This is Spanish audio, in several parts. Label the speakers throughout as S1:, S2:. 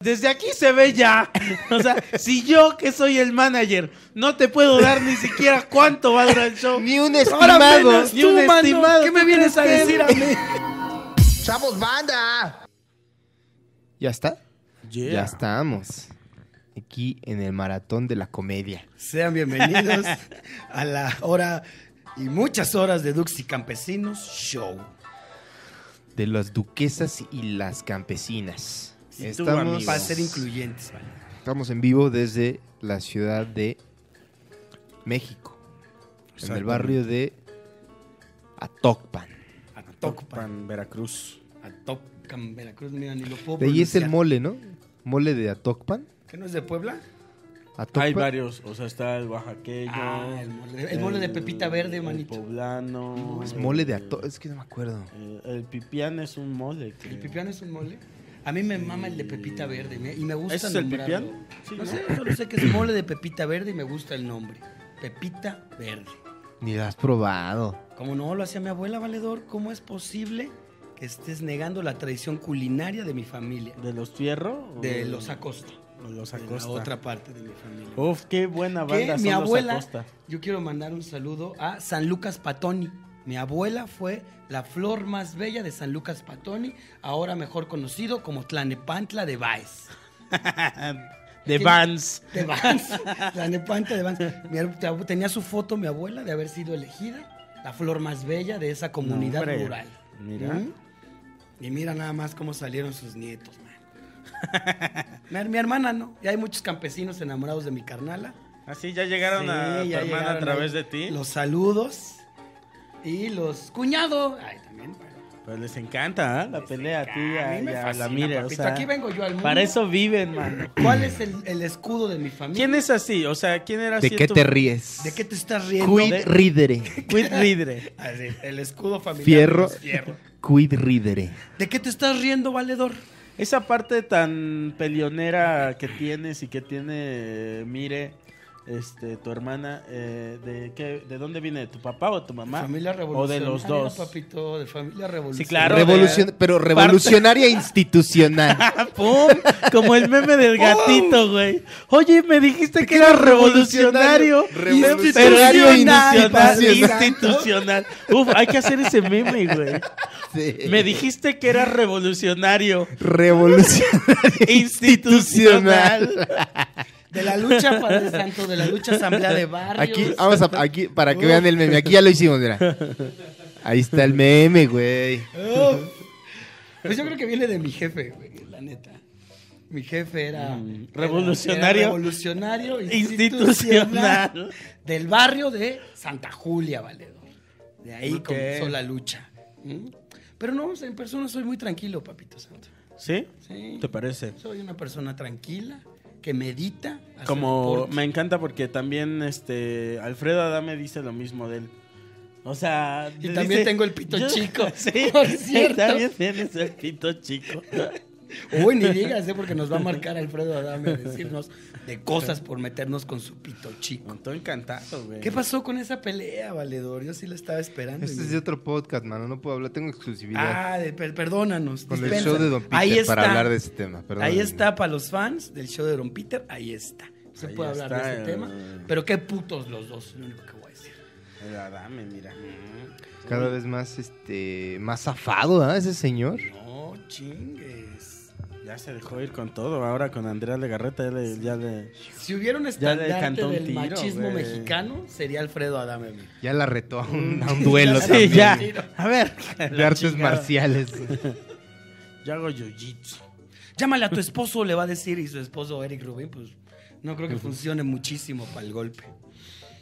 S1: Desde aquí se ve ya. O sea, si yo que soy el manager no te puedo dar ni siquiera cuánto valdrá el show.
S2: Ni un
S1: Ahora
S2: estimado.
S1: menos tú, mano. ¿Qué me
S2: ¿Tú
S1: vienes
S2: crees
S1: a
S2: que-
S1: decir a mí?
S2: ¡Chavos, banda! ¿Ya está? Ya
S3: Yeah.
S2: estamos. Aquí en el maratón de la comedia.
S3: Sean bienvenidos a la hora y muchas horas de Dux y Campesinos Show.
S2: De las duquesas y las campesinas.
S1: Y tú, amigo.
S3: Para ser incluyentes, ¿vale?
S2: estamos en vivo desde la ciudad de México. En el
S3: Exactamente.
S2: barrio de Atocpan.
S3: A Tocpan.
S4: Tocpan, Veracruz.
S3: A Tocpan, Veracruz, mira, ni lo puedo
S2: De ahí es el mole,
S3: pronunciar.
S2: ¿no? Mole de Atocpan.
S3: ¿Que no es de Puebla?
S2: Atocpan.
S4: Hay varios, o sea, está el oaxaqueño.
S3: Ah, el mole, el mole de Pepita Verde, manito.
S4: El poblano.
S2: Es Pues, mole de Atocpan. Es que no me acuerdo.
S4: El, el pipián es un mole. que-
S3: ¿El pipián es un mole? A mí me mama el de Pepita Verde me- y me gusta
S4: ¿Ese es el
S3: nombrarlo.
S4: pipián? Sí,
S3: no,
S4: ¿no?
S3: sé, solo sé que es mole de Pepita Verde y me gusta el nombre. Pepita Verde.
S2: Ni lo has probado.
S3: Como no lo hacía mi abuela, Valedor, ¿cómo es posible que estés negando la tradición culinaria de mi familia?
S4: ¿De los fierro? o
S3: De los Acosta.
S4: o Mm. Los
S3: De la
S4: Acosta.
S3: otra parte de mi familia.
S4: Uf, qué buena
S3: Que
S4: banda son
S3: mi
S4: los
S3: abuela,
S4: Acosta.
S3: yo quiero mandar un saludo a San Lucas Patoni. Mi abuela fue la flor más bella de San Lucas Patoni, ahora mejor conocido como Tlanepantla de Baez.
S4: De
S3: ¿Quién?
S4: Vans.
S3: De Vance, Tlanepantla de Vance. Mi ab- te- tenía su foto mi abuela de haber sido elegida la flor más bella de esa comunidad
S4: hombre.
S3: rural.
S4: Mira.
S3: ¿Mm? Y mira nada más cómo salieron sus nietos, man. mi, mi hermana no. Y hay muchos campesinos enamorados de mi carnala.
S4: Así Ah, ya llegaron a
S3: Sí,
S4: tu
S3: ya
S4: hermana a
S3: llegaron
S4: través
S3: ahí
S4: de ti.
S3: Los saludos y los cuñados. Ay, también. bueno,
S4: Pues les encanta ¿eh? la pelea a ti y
S3: a
S4: a,
S3: mí me
S4: y a
S3: fascina,
S4: la mire. o
S3: papito.
S4: sea,
S3: Aquí vengo yo al mundo.
S4: Para eso viven, mano.
S3: ¿Cuál es el, el escudo de mi familia?
S4: ¿Quién es así? O sea, ¿quién era
S2: ¿De
S4: así?
S2: qué
S4: tu-
S2: te ríes?
S3: ¿De qué te estás riendo?
S2: Quid
S3: Ah, De-
S2: ridere.
S4: Quid Ridre.
S3: Así, el escudo familiar.
S2: Fierro.
S3: de los fierro.
S2: Quid ridere.
S3: ¿De qué te estás riendo, valedor?
S4: Esa parte tan peleonera que tienes y que tiene eh, Mire, este, tu hermana, eh, ¿de, qué, ¿de dónde viene? ¿De tu papá o de tu mamá?
S3: Familia
S4: O de
S3: revolucionaria.
S4: los dos.
S3: papito, de familia revolucionaria.
S4: Sí, claro.
S2: Revolucion-
S4: de-
S2: pero revolucionaria institucional.
S4: Ah, ¡Pum! Como el meme del gatito, güey. Oye, me dijiste que
S2: era
S4: era revolucionario.
S2: Revolucionario
S4: institucional.
S2: institucional.
S4: Institucional. Uf, hay que hacer ese meme, güey.
S2: Sí.
S4: Me dijiste que era revolucionario.
S2: Revolucionaria
S4: Institucional.
S3: De la lucha Padre Santo, de la lucha Asamblea de Barrios.
S2: Aquí, vamos a, aquí, para que vean el meme. Aquí ya lo hicimos, mira. Ahí está el meme, güey.
S3: Uf. Pues yo creo que viene de mi jefe, güey, la neta. Mi jefe era
S4: Mm,
S3: era-
S4: revolucionario.
S3: era revolucionario institucional,
S4: Institucional.
S3: del barrio de Santa Julia, valedor. De ahí
S4: Ok.
S3: comenzó la lucha. ¿Mm? Pero no, en persona soy muy tranquilo, papito santo.
S4: ¿Sí?
S3: Sí.
S4: ¿Te parece?
S3: Soy una persona tranquila que medita. hace
S4: Como
S3: deporte.
S4: me encanta porque también este Alfredo Adame dice lo mismo de él. O sea,
S3: Y también tengo el pito chico,
S4: Sí,
S3: por cierto.
S4: también tienes el pito chico.
S3: Uy, ni digas, ¿eh? porque nos va a marcar Alfredo Adame decirnos de cosas por meternos con su pito chico.
S4: Estoy encantado, güey.
S3: ¿Qué pasó con esa pelea, Valedor? Yo sí la estaba esperando.
S2: Este
S3: y
S2: es
S3: mira.
S2: de otro podcast, mano. No puedo hablar. Tengo exclusividad.
S3: Ah, de- per- perdónanos.
S2: con el
S3: dispensa.
S2: show de Don Peter
S3: Ahí está.
S2: para hablar de ese tema. Perdón.
S3: Ahí está para los fans del show de Don Peter. Ahí está. No Se
S4: Pues Ahí
S3: puede hablar
S4: está,
S3: de ese
S4: eh.
S3: tema. Pero qué putos los dos, es lo único que voy a decir.
S4: El Adame, mira.
S2: Cada vez más, este, más zafado, ¿ah? Ese señor.
S3: No chingues.
S4: Ya se dejó ir con todo. Ahora con Andrea Legarreta ya le, ya le-
S3: Si hubiera un
S4: Ya le
S3: estandarte
S4: cantó un
S3: del
S4: tiro,
S3: machismo
S4: güey.
S3: mexicano, sería Alfredo Adame. amigo.
S2: Ya la retó a un, a un duelo
S3: Sí,
S2: también.
S4: Mm. ya.
S2: A ver. De artes
S4: chingada.
S2: marciales.
S4: Yo hago jiu-jitsu.
S3: Llámale a tu esposo, le va a decir. Y su esposo, Eric Rubin, pues no creo que funcione muchísimo para el golpe.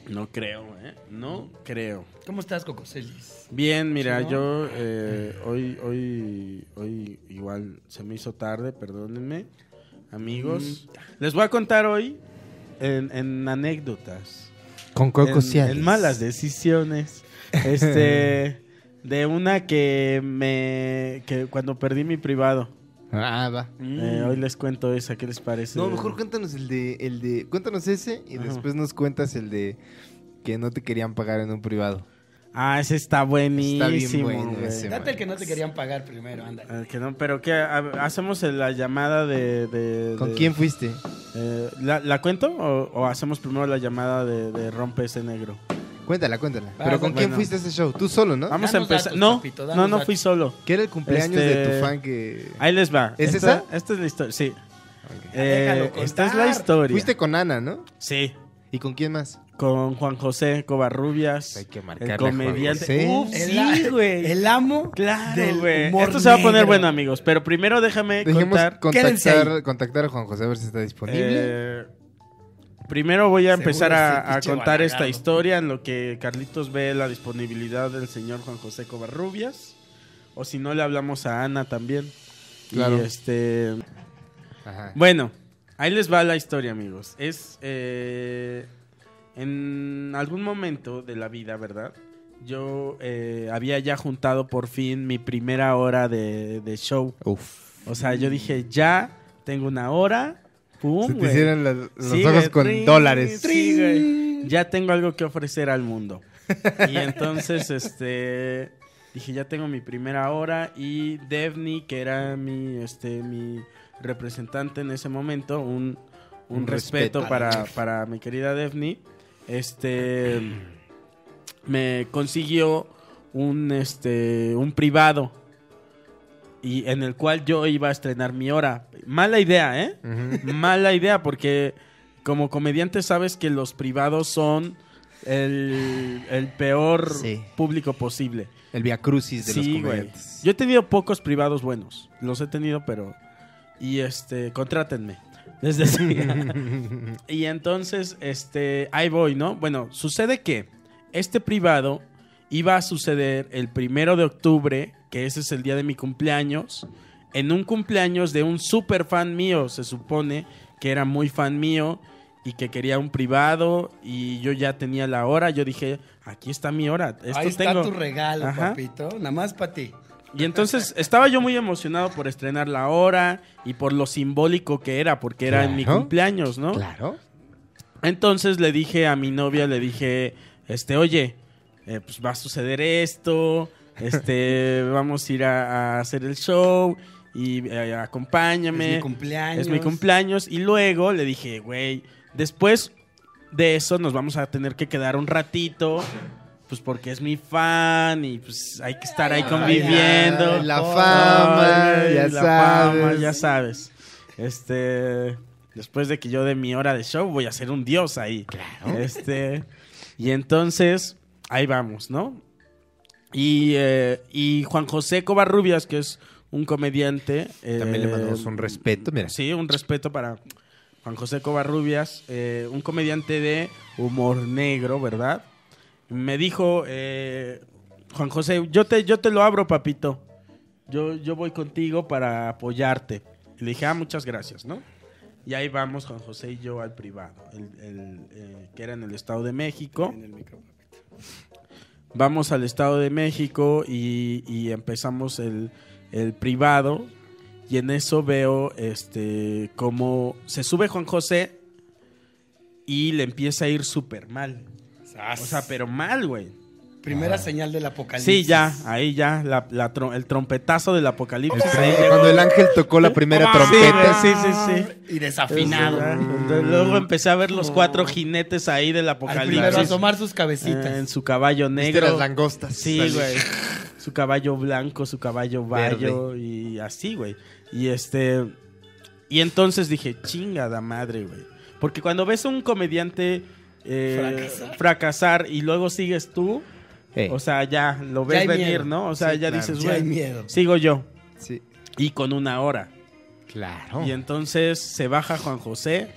S4: No creo, ¿eh? No creo.
S3: ¿Cómo estás, Cocoselis?
S4: Bien, mira,
S3: Sí, ¿no?
S4: yo eh, hoy, hoy, hoy igual se me hizo tarde, perdónenme, amigos.
S2: Mm.
S4: Les voy a contar hoy en, en anécdotas,
S2: Con
S4: en,
S2: Coco Ciales.
S4: en malas decisiones, este, de una que me, que cuando perdí mi privado.
S2: Ah, va.
S3: Mm.
S4: Eh, hoy les cuento esa, ¿qué les parece?
S2: No, mejor cuéntanos el de, el de, cuéntanos ese y
S4: Ajá.
S2: después nos cuentas el de que no te querían pagar en un privado.
S4: Ah, ese está buenísimo.
S2: bueno
S4: güey.
S2: ese.
S3: Date el que no te querían pagar primero, anda.
S4: Ah, que no, pero que hacemos la llamada de. de-
S2: ¿Con
S4: de-
S2: quién fuiste?
S4: eh, ¿la, la cuento o, o hacemos primero la llamada de, de rompe ese negro?
S2: Cuéntala, cuéntala.
S3: Ah,
S2: ¿Pero con
S3: bueno.
S2: quién fuiste a ese show? Tú solo, ¿no?
S4: Vamos a
S3: Danos
S4: empezar.
S3: datos,
S4: no,
S3: papito,
S4: no,
S3: danos
S4: no fui
S3: datos.
S4: solo.
S2: Que era el cumpleaños de
S4: Este-
S2: tu fan que...
S4: Ahí les va.
S2: ¿Es
S4: Esta-
S2: esa?
S4: Esta es la historia. Sí.
S2: Ok.
S3: déjalo
S4: Eh, esta es la
S3: contar.
S4: historia.
S2: Fuiste con Ana, ¿no?
S4: Sí.
S2: ¿Y con quién más?
S4: Con Juan José Covarrubias.
S2: Hay que marcarle a
S4: el
S2: Juan
S4: comediante.
S2: José.
S4: Uf,
S3: ¿eh? El-
S4: sí, güey.
S3: El amo
S4: Claro,
S3: del
S4: güey.
S3: humor
S4: Esto se va a poner
S3: negro.
S4: bueno, amigos. Pero primero déjame
S2: Dejemos
S4: contar.
S3: Quédense ahí.
S2: contactar, contactar a Juan José a ver si está disponible.
S4: Eh, primero voy a empezar
S3: Seguro
S4: a,
S3: ese
S4: a
S3: pinche
S4: contar esta
S3: balagado.
S4: historia en lo que Carlitos ve la disponibilidad del señor Juan José Covarrubias. O si no, le hablamos a Ana también.
S2: Claro.
S4: Y este.
S2: Ajá.
S4: Bueno, ahí les va la historia, amigos. Es eh, en algún momento de la vida, ¿verdad? Yo eh, había ya juntado por fin mi primera hora de, de show.
S2: Uf.
S4: O sea, yo dije, ya tengo una hora. Pum,
S2: Se te
S4: güey.
S2: hicieron la- los
S4: Sí,
S2: ojos
S4: güey,
S2: con
S4: trin,
S2: dólares.
S4: sí, güey. Ya tengo algo que ofrecer al mundo. Y entonces, este, dije, ya tengo mi primera hora y Devni, que era mi, este, mi representante en ese momento, un, un
S2: Un
S4: respeto,
S2: respeto.
S4: para, para mi querida Devni, este, me consiguió un, este, un privado. Y en el cual yo iba a estrenar mi hora. Mala idea, ¿eh?
S2: Ujú.
S4: Mala idea, porque como comediante sabes que los privados son el, el peor
S2: Sí.
S4: público posible.
S2: El Via Crucis de los
S4: Sí, güey.
S2: comediantes.
S4: Yo he tenido pocos privados buenos. Los he tenido, pero. Y este, contrátenme. Les decía. y entonces, este, ahí voy, ¿no? Bueno, sucede que este privado iba a suceder el primero de octubre, que ese es el día de mi cumpleaños, en un cumpleaños de un super fan mío, se supone que era muy fan mío y que quería un privado y yo ya tenía la hora, yo dije, aquí está mi hora, esto
S3: Ahí está
S4: tengo.
S3: tu regalo,
S4: Ajá.
S3: papito. Nada más para ti.
S4: Y entonces estaba yo muy emocionado por estrenar la hora y por lo simbólico que era, porque era en mi
S2: Claro.
S4: cumpleaños, ¿no?
S2: Claro.
S4: Entonces le dije a mi novia, le dije, este, oye, eh, pues va a suceder esto, este, vamos a ir a, a hacer el show y eh, acompáñame.
S3: es mi cumpleaños.
S4: Es mi cumpleaños. Y luego le dije, güey, después de eso nos vamos a tener que quedar un ratito. Pues porque es mi fan y pues hay que estar ahí
S3: Ay,
S4: conviviendo.
S3: ay,
S2: La fama,
S4: Ay,
S2: ya
S4: la
S2: sabes.
S4: fama, ya sabes. Este, después de que yo dé mi hora de show, voy a ser un dios ahí. Claro. Este, y entonces, ahí vamos, ¿no? Y, eh, y Juan José Covarrubias, que es un comediante.
S2: También le
S4: eh,
S2: mandamos un respeto, mira.
S4: Sí, un respeto para Juan José Covarrubias, eh, un comediante de humor negro, ¿verdad? Me dijo, eh, Juan José, yo te, yo te lo abro, papito. Yo, yo voy contigo para apoyarte. Y le dije, ah, muchas gracias, ¿no? Y ahí vamos Juan José y yo al privado, el- el, eh, que era en el Estado de México.
S3: En el micro, papito.
S4: Vamos al Estado de México y, y empezamos el, el privado. Y en eso veo este cómo se sube Juan José y le empieza a ir súper mal. O sea, pero mal, güey.
S3: Primera señal del apocalipsis.
S4: Sí, ya, ahí ya, la- la tro- el trompetazo del apocalipsis. Ahí llegó.
S2: Cuando el ángel tocó la primera trompeta.
S4: Sí, sí, sí, sí.
S3: Ah, Y desafinado.
S4: Entonces, Luego empecé a ver los cuatro jinetes ahí del
S3: Al primero
S4: apocalipsis.
S3: asomar sus cabecitas.
S4: Eh, en su caballo
S2: Viste
S4: negro.
S2: las langostas.
S4: Sí,
S2: Así.
S4: güey. Su caballo blanco, su caballo bayo y así, güey. Y este. Y entonces dije, chingada madre, güey. Porque cuando ves a un comediante eh,
S3: Fracasar.
S4: fracasar. y luego sigues tú,
S2: Eh,
S4: o sea, ya lo
S3: Ya
S4: ves
S3: hay
S4: venir,
S3: miedo.
S4: ¿no? O sea,
S2: Sí,
S4: ya
S2: claro.
S4: dices,
S3: Ya hay
S4: güey,
S3: miedo.
S4: sigo yo.
S2: sí.
S4: Y con una hora.
S2: Claro.
S4: Y entonces se baja Juan José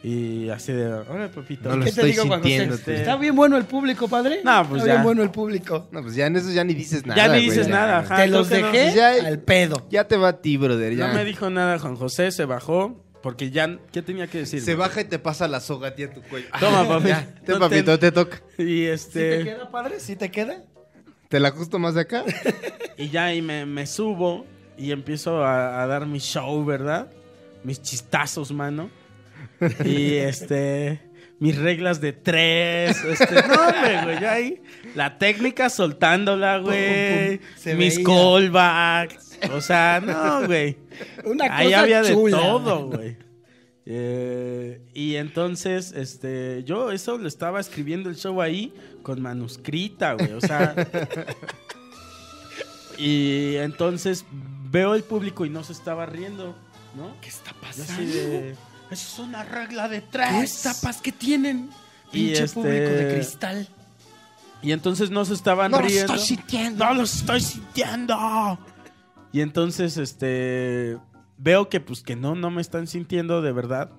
S4: y así de, hola, papito.
S2: No lo
S3: ¿Qué te
S2: estoy
S3: digo, Juan José?
S2: sintiendo.
S4: Este,
S2: tú.
S3: Está bien bueno el público, padre.
S4: No, pues
S3: Está
S4: ya.
S3: bien bueno el público.
S2: No, pues ya en eso ya ni dices nada.
S4: ya ni
S2: güey,
S4: dices nada. ajá,
S3: Te los
S4: creo que no. Pues
S3: dejé
S2: Ya-
S3: al pedo.
S2: Ya te va a ti, brother. Ya.
S4: No me dijo nada Juan José, se bajó. Porque ya, ¿qué tenía que decir?
S2: Se baja y te pasa la soga a ti a tu cuello.
S4: Toma, papi.
S2: Ya, te,
S4: No
S2: papito,
S4: te-
S2: te toca.
S4: Y
S3: ¿Sí te
S4: este.
S3: queda, padre? ¿Sí te queda?
S2: ¿Te la ajusto más de acá?
S4: Y ya y me, me subo y empiezo a, a dar mi show, ¿verdad? Mis chistazos, mano. Y este. mis reglas de tres. este, no, hombre, güey, yo ahí la técnica soltándola, güey.
S3: Pum, pum, se
S4: Mis
S3: veía.
S4: callbacks. O sea, no, güey.
S3: Una cosa
S4: Ahí había de
S3: chula.
S4: todo, güey. Eh, y entonces, este, yo eso lo estaba escribiendo el show ahí con manuscrita, güey. O sea. y entonces veo el público y no se estaba riendo, ¿no?
S3: ¿Qué está
S4: Yo
S3: pasando?
S4: así de, "Eso es una regla de
S3: ¿Qué
S4: tres.
S3: tapas que tienen?
S4: Y
S3: Pinche
S4: este-
S3: público de cristal.
S4: Y entonces no se estaban riendo. No los estoy sintiendo. Y entonces, este, veo que pues que no, no me están sintiendo de verdad.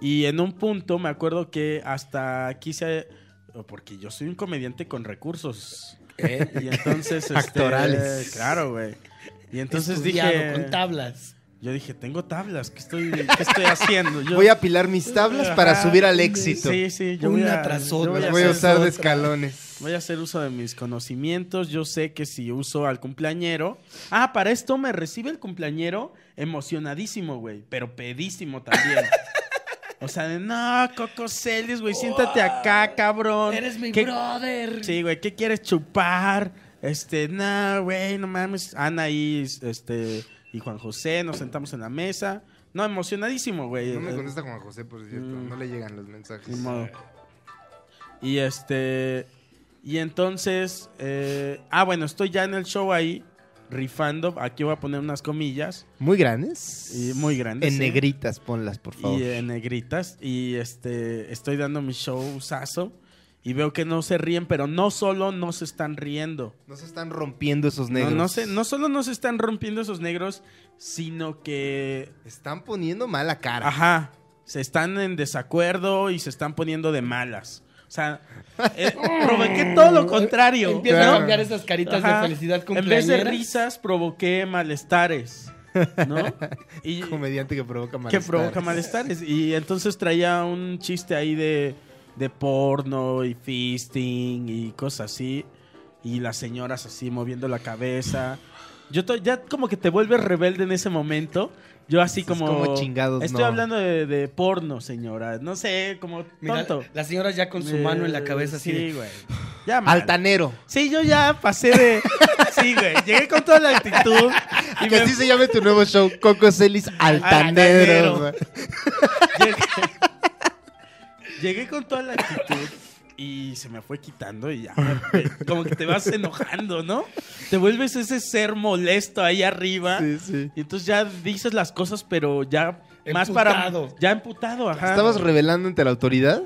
S4: Y en un punto me acuerdo que hasta quise, oh, porque yo soy un comediante con recursos. ¿eh? Y entonces, este,
S2: Actorales.
S4: Claro, güey. Y entonces
S3: Estudiado,
S4: dije,
S3: con tablas.
S4: yo dije, tengo tablas, ¿qué estoy, qué estoy haciendo? Yo-
S2: Voy a apilar mis tablas para
S4: Ajá.
S2: subir al éxito.
S4: Sí, sí, yo
S3: Una
S4: voy a,
S3: tras
S4: yo
S3: otra.
S4: voy a
S2: Las voy a
S4: hacer-
S2: usar de
S3: otra.
S2: escalones.
S4: Voy a hacer uso de mis conocimientos. Yo sé que si uso al cumpleañero. Ah, para esto me recibe el cumpleañero emocionadísimo, güey. Pero pedísimo también. o sea, de no, Coco Celis, güey. Siéntate acá, cabrón.
S3: Eres mi
S4: ¿Qué-
S3: brother.
S4: Sí, güey. ¿Qué quieres chupar? Este, no, güey, no mames. Ana y, este, y Juan José nos sentamos en la mesa. No, emocionadísimo, güey.
S2: No me
S4: Eh,
S2: contesta Juan José, por cierto.
S4: Mm.
S2: No le llegan los mensajes.
S4: ni modo. Y este. Y entonces. eh, ah, bueno, estoy ya en el show ahí. Rifando. Aquí voy a poner unas comillas.
S2: Muy grandes.
S4: Y muy grandes,
S2: En
S4: sí.
S2: negritas, ponlas, por favor.
S4: Y eh, negritas. Y este. Estoy dando mi show saso. Y veo que no se ríen, pero no solo no se están riendo.
S2: No se están rompiendo esos
S4: No,
S2: negros.
S4: no, se, no solo no se están rompiendo esos negros, sino que
S2: Están poniendo mala cara.
S4: Ajá. Se están en desacuerdo y se están poniendo de malas. O sea, eh, provoqué todo lo contrario.
S3: Empiezan
S2: Claro.
S3: a cambiar esas caritas
S4: Ajá.
S3: de felicidad
S4: En vez de
S3: cumpleañera.
S4: risas, provoqué malestares. ¿No? Y
S2: Comediante que provoca
S4: que
S2: malestar.
S4: provoca malestares. Y entonces traía un chiste ahí de, de porno y fisting y cosas así. Y las señoras así moviendo la cabeza. Yo to- ya como que te vuelves rebelde en ese momento. Yo así
S2: Es
S4: como...
S2: como chingados,
S4: Estoy
S2: no.
S4: hablando de, de porno, señora. No sé, como
S3: Mira,
S4: tonto.
S3: la señora ya con su
S4: Eh,
S3: mano en la cabeza así.
S4: Sí,
S3: de-
S4: güey. Ya, mal.
S2: Altanero.
S4: Sí, yo ya pasé de... Sí, güey. Llegué con toda la actitud. Y
S2: que
S4: me
S2: así se llame tu nuevo show, Coco Celis Altanero.
S4: Altanero.
S2: güey.
S4: Llegué, llegué con toda la actitud y se me fue quitando y ya. me- Como que te vas enojando, ¿no? Te vuelves ese ser molesto ahí arriba.
S2: Sí, sí.
S4: Y entonces ya dices las cosas, pero ya más
S3: Emputado.
S4: para. Ya emputado, ajá.
S2: Estabas revelando ante la autoridad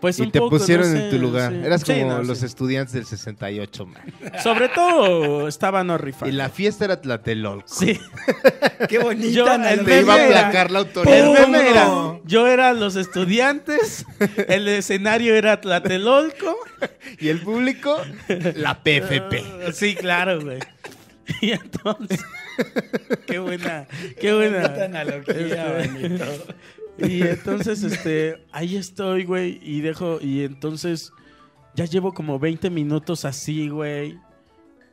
S4: Pues
S2: y
S4: Ah. un
S2: te
S4: poco,
S2: pusieron
S4: no
S2: en
S4: sé,
S2: tu lugar.
S4: sí.
S2: Eras
S4: Sí,
S2: como
S4: no,
S2: los
S4: sí.
S2: estudiantes del 68, man.
S4: Sobre todo estaba no rifando.
S2: Y la fiesta era Tlatelolco.
S4: Sí.
S3: Qué bonito.
S4: Yo en el
S2: Te iba a
S4: meme era-
S2: aplacar la autoridad.
S4: El meme era,
S2: ¿Cómo no?
S4: yo era los estudiantes, el escenario era Tlatelolco.
S2: Y el público, la PFP.
S4: Ah, Sí, claro, güey. Y entonces. qué buena, qué buena.
S3: analogía,
S4: Este-
S3: bonito.
S4: Y entonces, este, ahí estoy, güey. Y dejo, y entonces ya llevo como 20 minutos así, güey.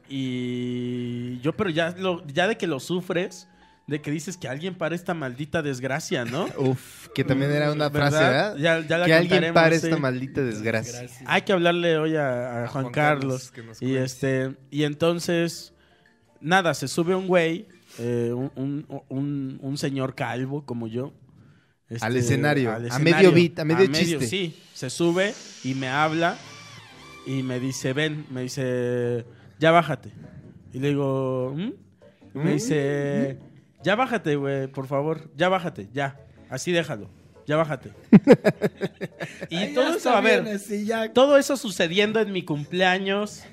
S4: Y yo, pero ya, lo, ya de que lo sufres, de que dices que alguien para esta maldita desgracia, ¿no?
S2: Uf, que también era una frase, ¿verdad?
S4: Ya, ya la
S2: que alguien
S4: contaremos,
S2: pare
S4: sí.
S2: esta maldita desgracia.
S3: Gracias.
S4: Hay que hablarle hoy a, a
S2: A
S4: Juan,
S2: Juan Carlos,
S4: Carlos.
S2: que nos
S4: y
S2: cuente.
S4: este y entonces, nada, se sube un güey, eh, un, un- un- un señor calvo como yo. este,
S2: Al escenario, a medio beat, a medio chiste.
S4: sí, se sube y me habla y me dice, ven, me dice, ya bájate. Y le digo, "¿Mm?". Y me dice, ya bájate, güey, por favor, ya bájate, ya. Así déjalo, ya bájate. y
S3: Ay, ya
S4: todo eso,
S3: está
S4: a ver,
S3: bien, así ya.
S4: todo eso sucediendo en mi cumpleaños,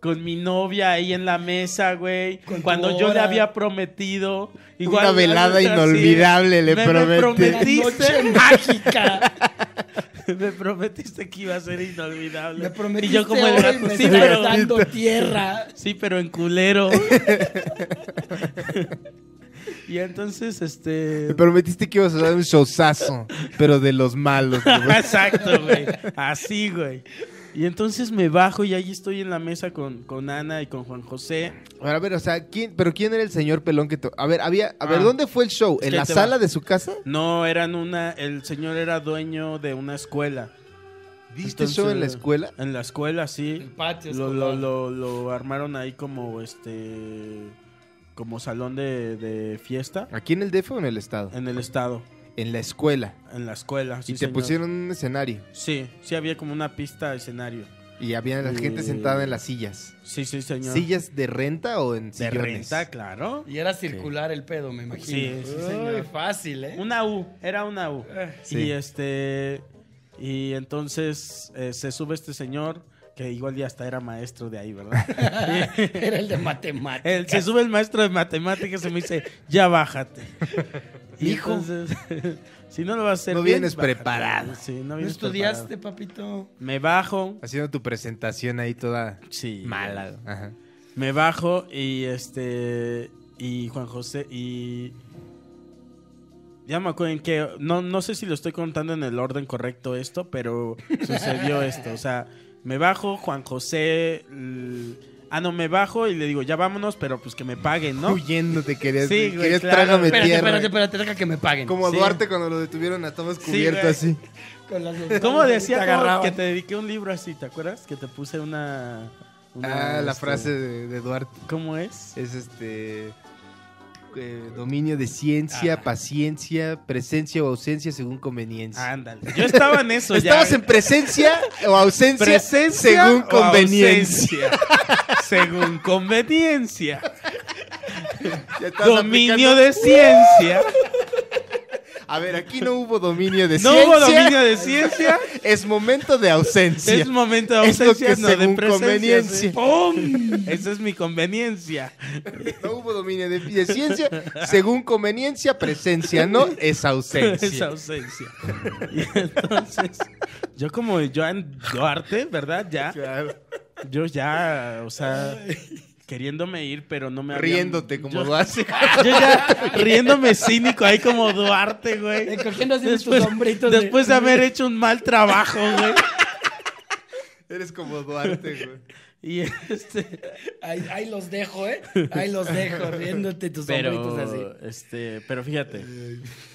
S4: con mi novia ahí en la mesa, güey.
S3: Con tu
S4: Cuando yo le
S3: hora.
S4: había prometido.
S2: Una velada inolvidable
S4: sí,
S2: le
S4: me-
S2: prometí.
S4: Me
S3: Noche
S4: prometiste,
S3: mágica.
S4: me prometiste que iba a ser inolvidable.
S3: Me prometiste
S4: y yo como el
S3: hoy,
S4: gato,
S3: me
S4: sí,
S3: estás
S4: pero,
S3: dando tierra.
S4: sí, pero en culero. y entonces, este...
S2: Me prometiste que ibas a dar un showzazo, pero de los malos. güey.
S4: Exacto, güey. Así, güey. Y entonces me bajo y ahí estoy en la mesa con, con Ana y con Juan José.
S2: Ahora, a ver, o sea, ¿quién, pero ¿quién era el señor pelón que... to- A ver, había... A ver,
S4: Ah.
S2: ¿dónde fue el show?
S4: Es
S2: ¿En
S4: que
S2: la
S4: ahí te va.
S2: sala de su casa?
S4: No, eran una. El señor era dueño de una escuela.
S2: ¿Viste eso en la
S4: Entonces,
S2: escuela?
S4: En la escuela, sí.
S3: El patio
S4: Lo, lo,
S3: escolar.
S4: lo, lo armaron ahí como este. Como salón de, de fiesta.
S2: ¿Aquí en el DF o en el estado?
S4: En el estado.
S2: En la escuela.
S4: En la escuela. Ah. sí,
S2: y te
S4: señor.
S2: pusieron un escenario.
S4: Sí, sí había como una pista escenario.
S2: Y había la gente
S4: Y-
S2: sentada en las sillas.
S4: Sí, sí, señor.
S2: ¿Sillas de renta o en
S4: de
S2: sillones?
S4: renta, claro.
S3: Y era circular el pedo, me imagino.
S4: Sí, sí,
S3: Uy,
S4: señor.
S3: fácil, ¿eh?
S4: Una U, era una U.
S2: sí.
S4: Y este. Y entonces eh, se sube este señor, que igual ya hasta era maestro de ahí, ¿verdad?
S3: era el de matemáticas.
S4: El- se sube el maestro de matemáticas y me dice, ya bájate. Y
S3: Hijo.
S4: entonces, si no lo vas a hacer
S2: No
S4: bien,
S2: vienes
S4: bájate.
S2: preparado.
S4: Sí, no
S3: ¿No
S4: vienes
S3: estudiaste, papito?
S4: preparado. Me bajo.
S2: Haciendo tu presentación ahí toda
S4: Sí.
S2: mala. Ajá.
S4: Me bajo y este. Y Juan José. Y. Ya me acuerdo en que. No, no sé si lo estoy contando en el orden correcto esto, pero sucedió esto. O sea, me bajo, Juan José. l- Ah, no, me bajo y le digo, ya vámonos, pero pues que me paguen, ¿no?
S2: Huyendo te querías,
S4: Sí, güey,
S2: querías
S4: claro.
S2: trágame
S3: Espérate,
S2: tierra.
S3: espérate, espérate, deja que me paguen.
S2: Como a
S4: Sí.
S2: Duarte cuando lo detuvieron a Tomás cubierto
S4: güey.
S2: así.
S3: Con las
S4: ¿Cómo decía
S3: Te
S4: cómo
S3: agarraban.
S4: que te dediqué un libro así? ¿Te acuerdas? Que te puse una. una,
S2: Ah, la
S4: este,
S2: frase de, de Duarte
S4: ¿Cómo es?
S2: es este eh, dominio de ciencia,
S4: Ah.
S2: paciencia, presencia o ausencia según conveniencia.
S4: Ándale. Yo estaba en Ah, eso ya. eh.
S2: Estabas en presencia o ausencia,
S4: presencia
S2: según
S4: o
S2: conveniencia.
S4: ausencia. según conveniencia.
S2: Ya estabas
S4: Dominio
S2: aplicando-
S4: de ciencia.
S2: A ver, aquí no hubo dominio de
S4: No
S2: ciencia.
S4: hubo dominio de ciencia.
S2: Es momento de ausencia.
S4: Es momento de
S2: Es lo
S4: ausencia,
S2: que
S4: no de
S2: según
S4: presencia.
S2: conveniencia.
S4: sí. ¡Pum! Esa es mi conveniencia.
S2: No hubo dominio de, de ciencia. Según conveniencia, presencia, no es ausencia.
S4: Esa ausencia. Y entonces, yo como Joan Duarte, ¿verdad? Ya.
S2: Claro.
S4: Yo ya, o sea, queriéndome ir, pero no me habían-
S2: Riéndote como
S4: yo,
S2: lo hace.
S4: Yo ya riéndome cínico ahí como Duarte, güey.
S3: Encogiendo Eh, así tus
S4: Después,
S3: hombritos de-
S4: después de haber hecho un mal trabajo, güey.
S2: Eres como Duarte, güey.
S4: Y este...
S3: Ahí, ahí los dejo, ¿eh? Ahí los dejo, riéndote tus hombritos
S4: Pero,
S3: así.
S4: este, pero fíjate,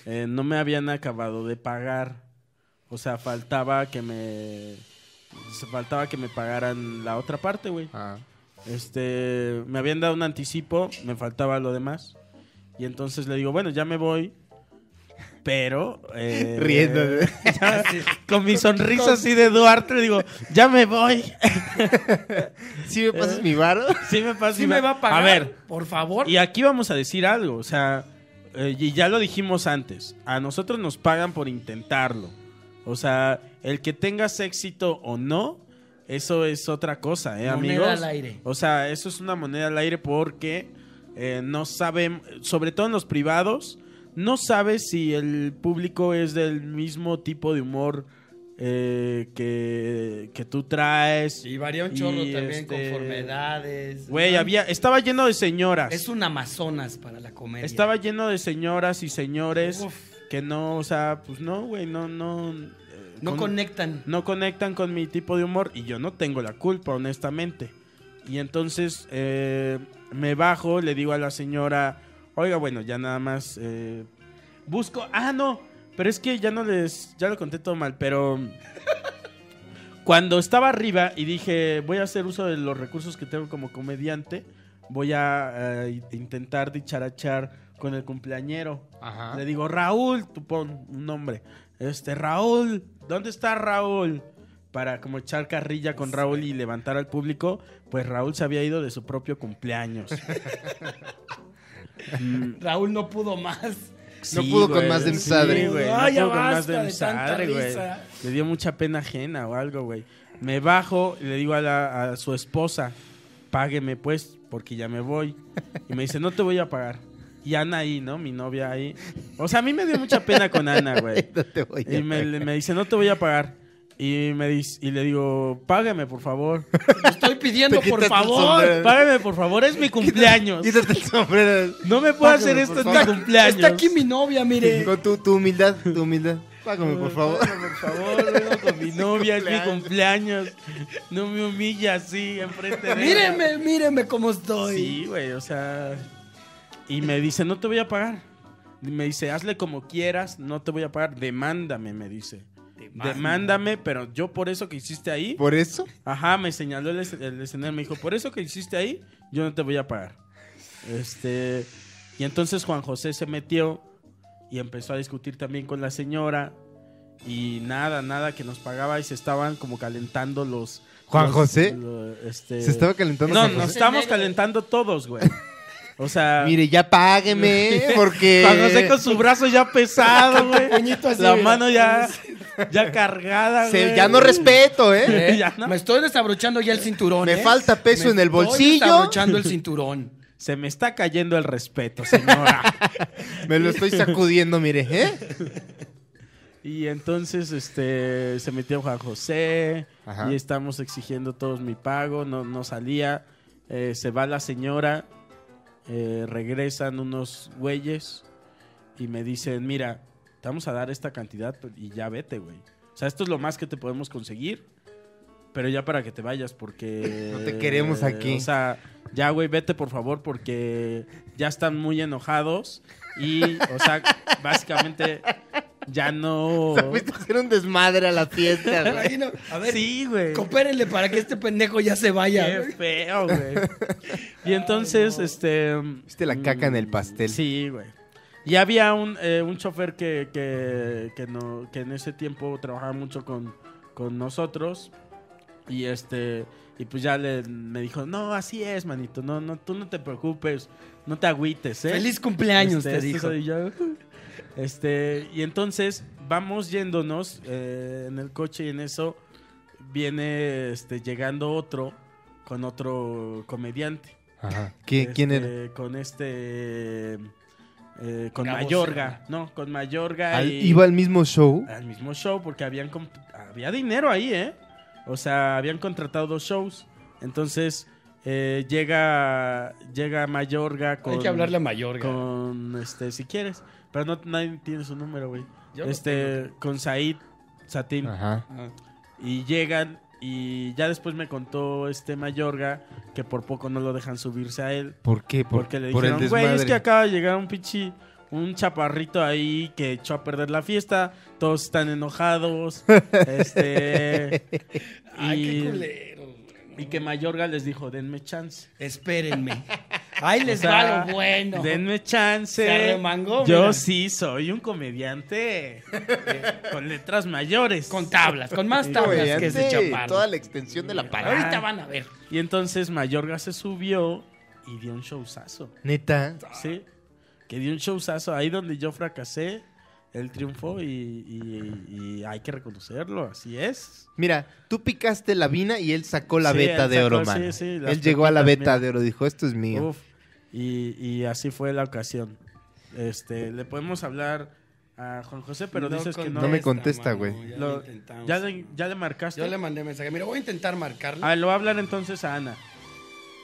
S4: eh, no me habían acabado de pagar. O sea, faltaba que me... Faltaba que me pagaran la otra parte, güey.
S2: Ah.
S4: Este, me habían dado un anticipo, me faltaba lo demás. Y entonces le digo, bueno, ya me voy. Pero. eh,
S2: Riendo. ¿eh?
S4: ya, con mi sonrisa así de Duarte, le digo, ya me voy.
S2: ¿Sí me pasas mi varo?
S4: Sí me pasa.
S3: ¿Sí me va a pagar?
S4: A ver,
S3: Por favor.
S4: y aquí vamos a decir algo, o sea, eh, y ya lo dijimos antes, a nosotros nos pagan por intentarlo. O sea, el que tengas éxito o no, eso es otra cosa, ¿eh,
S3: Moneda
S4: amigos?
S3: al aire.
S4: O sea, eso es una moneda al aire porque eh, no saben, sobre todo en los privados, no sabes si el público es del mismo tipo de humor eh, que, que tú traes.
S3: Y varía un chorro
S4: Y,
S3: también,
S4: este,
S3: conformedades.
S4: Güey, había, estaba lleno de señoras.
S3: Es un Amazonas para la comedia.
S4: Estaba lleno de señoras y señores
S3: Uf.
S4: que no, o sea, pues no, güey, no, no. eh,
S3: No
S4: con-
S3: conectan.
S4: no conectan con mi tipo de humor y yo no tengo la culpa, honestamente. Y entonces eh, me bajo, le digo a la señora, oiga, bueno, ya nada más eh, busco. Ah, no, pero es que ya no les, ya lo conté todo mal, pero cuando estaba arriba y dije, voy a hacer uso de los recursos que tengo como comediante, voy a eh, intentar dicharachar con el cumpleañero.
S2: Ajá.
S4: Le digo, Raúl, tú pon un nombre. Este, Raúl, ¿dónde está Raúl? Para como echar carrilla con Raúl y levantar al público, pues Raúl se había ido de su propio cumpleaños. Mm,
S3: Raúl no pudo más.
S2: No pudo con
S4: güey,
S2: más de mi
S4: sí,
S2: sadre.
S4: güey,
S3: Ay, ya
S4: no pudo con más
S3: basta
S4: de mi
S3: de tanta
S4: sadre, güey.
S3: risa.
S4: Le dio mucha pena ajena o algo, güey. Me bajo y le digo a, la- a su esposa, págueme pues, porque ya me voy. Y me dice, no te voy a pagar. Y Ana ahí, ¿no? Mi novia ahí. O sea, a mí me dio mucha pena con Ana, güey.
S2: No te voy a
S4: Y me,
S2: pagar.
S4: me dice, no te voy a pagar. Y, me dice, y le digo, págame, por favor.
S3: Lo estoy pidiendo,
S2: Te
S3: por
S2: quitas el
S3: favor.
S2: sombrero.
S4: Págame, por favor, es mi cumpleaños.
S2: Quítate el sombrero.
S4: No me puedo hacer
S2: Págame,
S4: esto
S2: por
S4: en mi
S2: favor.
S4: cumpleaños.
S3: Está aquí mi novia, mire.
S2: Con tu, tu humildad, tu humildad. Págame, por favor.
S4: Por favor, vengo con mi novia, es mi
S2: cumpleaños.
S4: cumpleaños. No me humilla así enfrente de ella.
S3: Míreme, míreme cómo estoy.
S4: Sí, güey, o sea. Y me dice, no te voy a pagar. Y me dice, hazle como quieras, no te voy a pagar, demándame, me dice.
S3: Ah,
S4: Demándame, pero yo por eso que hiciste ahí.
S2: ¿Por eso?
S4: Ajá, me señaló el, es- el escenario. Me dijo, por eso que hiciste ahí, yo no te voy a pagar. Este. Y entonces Juan José se metió y empezó a discutir también con la señora. Y nada, nada que nos pagaba y se estaban como calentando los.
S2: ¿Juan
S4: los-
S2: José?
S4: lo- este-
S2: ¿Se estaba calentando
S4: No,
S2: Juan
S4: nos
S2: José?
S4: estábamos calentando todos, güey. O sea.
S2: Mire, ya págueme, porque...
S4: Juan José con su brazo ya pesado, güey.
S3: puñito así,
S4: La
S3: mira.
S4: mano ya, ya cargada,
S2: Se-
S4: güey.
S2: ya no respeto, ¿eh?
S4: ¿Eh? Ya no.
S3: Me estoy desabrochando ya el cinturón.
S2: Me
S3: ¿eh?
S2: falta peso
S3: Me
S2: en el bolsillo.
S3: Estoy desabrochando el cinturón.
S4: Se me está cayendo el respeto, señora.
S2: Me lo estoy sacudiendo, mire, ¿eh?
S4: y entonces este se metió Juan José
S2: Ajá.
S4: y estamos exigiendo todos mi pago, no, no salía. Eh, se va la señora, eh, regresan unos güeyes y me dicen, mira, te vamos a dar esta cantidad y ya vete, güey. O sea, esto es lo más que te podemos conseguir, pero ya para que te vayas porque...
S2: No te queremos aquí.
S4: O sea, ya, güey, vete por favor porque ya están muy enojados y, o sea, básicamente ya no...
S2: Me fuiste a hacer un desmadre a la fiesta, güey.
S3: Imagino, a ver,
S4: Sí, güey.
S3: coopérenle para que este pendejo ya se vaya.
S4: Qué feo, güey. Y entonces, este.
S2: Viste la caca en el
S4: mm,
S2: pastel.
S4: Sí, güey. Y había un, eh, un chofer que, que, que no, que en ese tiempo trabajaba mucho con, con nosotros. Y este. Y pues ya le, me dijo, no, así es, manito. No, no, tú no te preocupes. No te agüites, ¿eh?
S3: Feliz cumpleaños,
S4: Este,
S3: te dijo.
S4: esto soy yo. Este, y entonces vamos yéndonos eh, en el coche y en eso viene este, llegando otro con otro comediante.
S2: Ajá. ¿Qué- ¿Quién
S4: Este,
S2: era?
S4: Con este... eh, con
S3: Gabo
S4: Mayorga,
S3: Serra.
S4: ¿no? Con Mayorga
S2: Al-
S4: y...
S2: ¿Iba al mismo show?
S4: al mismo show porque habían comp- había dinero ahí, ¿eh? O sea, habían contratado dos shows. Entonces eh, llega llega Mayorga con
S3: Hay que hablarle a Mayorga.
S4: con este si quieres pero no nadie tiene su número güey
S3: Yo lo
S4: este con Said Satín
S2: Ajá.
S3: Ah.
S4: y llegan y ya después me contó este Mayorga que por poco no lo dejan subirse a él
S2: ¿Por qué? Por,
S4: porque le
S2: por el
S4: dijeron güey es que
S2: desmadre.
S4: acaba de llegar un pichi un chaparrito ahí que echó a perder la fiesta todos están enojados este
S3: Ay,
S4: y-
S3: qué culero. güey.
S4: y que Mayorga les dijo denme chance
S3: Espérenme. Ahí les
S4: O sea,
S3: va lo bueno.
S4: Denme chance.
S3: Se arremangó,
S4: Yo
S3: mira.
S4: sí soy un comediante eh, con letras mayores.
S3: Con tablas, con más
S4: Sí,
S3: tablas
S2: Güey,
S3: que ese
S2: ante
S3: chaparro.
S2: Toda la extensión de la palabra.
S3: Ahorita van a ver.
S4: Y entonces Mayorga se subió y dio un showzazo.
S2: Neta.
S4: Sí. Que dio un showzazo. Ahí donde yo fracasé, él triunfó y, y- y hay que reconocerlo. Así es.
S2: Mira, tú picaste la vina y él sacó la
S4: Sí,
S2: beta
S4: él
S2: de
S4: sacó,
S2: oro,
S4: sí,
S2: mano.
S4: sí, las
S2: él llegó a la
S4: pepitas,
S2: beta
S4: mira.
S2: de oro, dijo, esto es mío.
S4: Uf. Y, y así fue la ocasión. Este, le podemos hablar a Juan José, pero dices que no.
S2: No me contesta,
S3: mano,
S2: güey.
S3: Ya,
S4: Lo-
S3: lo intentamos.
S4: ¿Ya, le, ya le marcaste.
S3: Yo le mandé mensaje. Mira, voy a intentar marcarle.
S4: Ah, lo hablan entonces a Ana.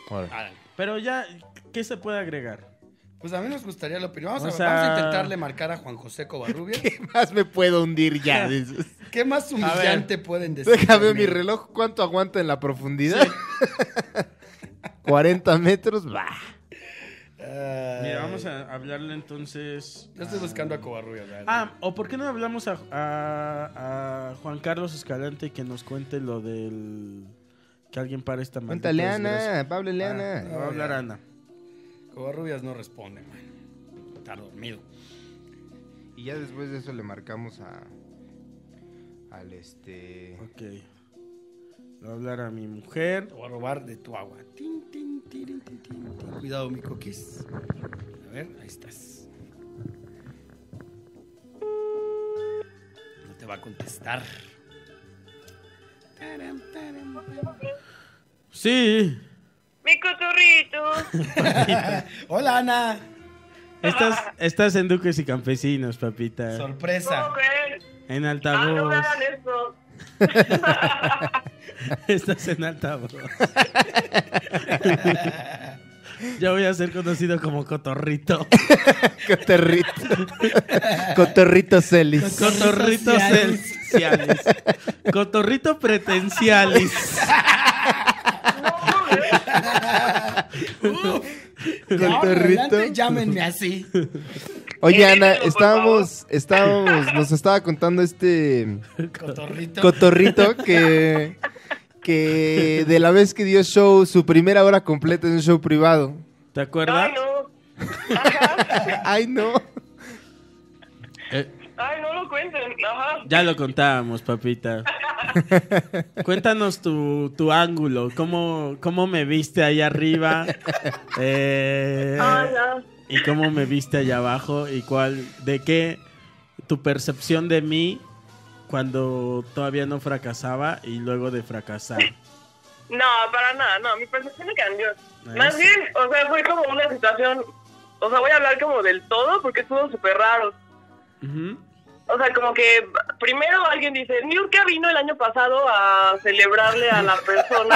S2: Órale.
S3: Árale.
S4: Pero ya, ¿qué se puede agregar?
S3: Pues a mí nos gustaría la opinión. Vamos,
S4: O
S3: a,
S4: sea-
S3: vamos a intentarle marcar a Juan José Covarrubia.
S2: ¿Qué más me puedo hundir ya? Dices.
S3: ¿Qué más humillante pueden decir?
S2: Déjame
S3: de
S2: mi
S3: mí?
S2: reloj, ¿cuánto aguanta en la profundidad? 40 metros, bah.
S3: Ah,
S4: Mira, vamos a hablarle entonces.
S3: Yo estoy
S4: a-
S3: buscando a Covarrubia. ¿verdad?
S4: Ah, ¿o por qué no hablamos a, a- a Juan Carlos Escalante que nos cuente lo del. que alguien para esta maldita
S2: Cuéntale,
S4: desgracia?
S2: Ana, Pablo
S4: Ah,
S2: Leana.
S4: va a hablar Ana.
S3: Covarrubias no responde, man. Está dormido.
S2: Y ya después de eso le marcamos a. Al este.
S4: Ok. Va a hablar a mi mujer.
S3: Te voy a robar de tu agua. Tin, tin, tirin, tin, tin, tin. Cuidado, mi coquis. A ver, ahí estás. No te va a contestar. Taram, taram, taram.
S4: Sí.
S5: Mi cotorrito.
S3: Hola, Ana.
S4: Estás, estás en Duques y Campesinos, papita.
S5: ¿Cómo
S3: Sorpresa.
S5: crees?
S4: En
S5: Ah, no me
S4: altavoz.
S5: hagan eso.
S4: Estás en altavoz. ya voy a ser conocido como Cotorrito.
S2: Cotorrito. Cotorrito Celis.
S4: Cotorrito
S3: Cotorritos
S4: Cencialis. Cotorrito Pretencialis.
S5: No, ¿cómo crees?
S3: De ahora en
S2: Cotorrito.
S3: adelante, Llámenme así.
S2: Oye,
S5: Eh,
S2: Ana,
S5: dímelo, por
S2: estábamos, estábamos, nos estaba contando este
S3: Cotorrito.
S2: cotorrito que, que de la vez que dio show, su primera hora completa en un show privado.
S4: ¿Te acuerdas?
S5: Ay, no.
S2: Ay, no.
S4: Eh,
S5: Ay, no lo cuenten. Ajá.
S4: ya lo contábamos, papita. Cuéntanos tu, tu ángulo, cómo, cómo me viste ahí arriba eh,
S5: Ay, no.
S4: y cómo me viste allá abajo y cuál, de qué tu percepción de mí cuando todavía no fracasaba y luego de fracasar.
S5: No, para nada, no, mi percepción no cambió.
S4: Ah,
S5: Más
S4: sí.
S5: bien, o sea, fue como una situación, o sea, voy a hablar como del todo porque estuvo súper raro.
S4: Ujú.
S5: O sea, como que primero alguien dice, Niurka vino el año pasado a celebrarle a la persona.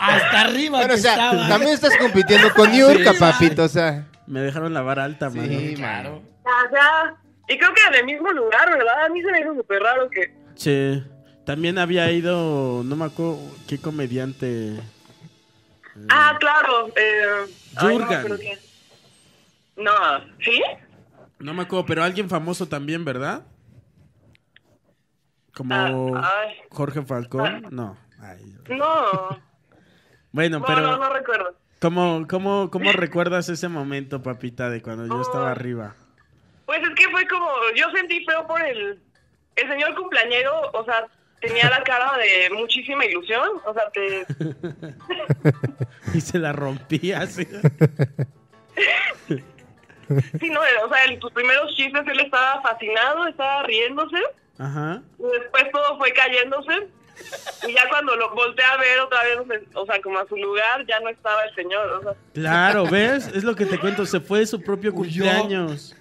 S3: Hasta arriba
S2: Bueno,
S3: que
S2: o sea,
S3: estaba.
S2: también estás compitiendo con Niurka,
S4: Sí.
S2: papito, o sea.
S4: Me dejaron la vara alta, mano.
S2: Sí,
S3: Claro.
S2: mano.
S5: Ajá. Y creo que en el mismo lugar, ¿verdad? A mí se me hizo súper raro que...
S4: Che, también había ido, no me acuerdo qué comediante.
S5: Ah, claro. Eh, ay, no me
S4: Jurgen.
S5: acuerdo quién. no, ¿sí?
S4: No me acuerdo, pero alguien famoso también, ¿verdad? Como
S5: Ah, ay.
S4: Jorge Falcón. No. Ay.
S5: No.
S4: Bueno,
S5: No, no, no
S4: pero
S5: recuerdo.
S4: ¿cómo, cómo, cómo recuerdas ese momento, papita, de cuando yo estaba
S5: Oh.
S4: arriba?
S5: Pues es que fue como, yo sentí feo por el, el señor cumpleañero, o sea, tenía la cara de muchísima ilusión, o sea, te,
S4: Y se la rompía así.
S5: sí, no, o sea, en tus primeros chistes él estaba fascinado, estaba riéndose,
S4: Ajá.
S5: y después todo fue cayéndose, y ya cuando lo volteé a ver otra vez, o sea, como a su lugar, ya no estaba el señor, o sea,
S4: Claro, ¿ves? Es lo que te cuento. Se fue de su propio
S3: Huyó.
S4: cumpleaños.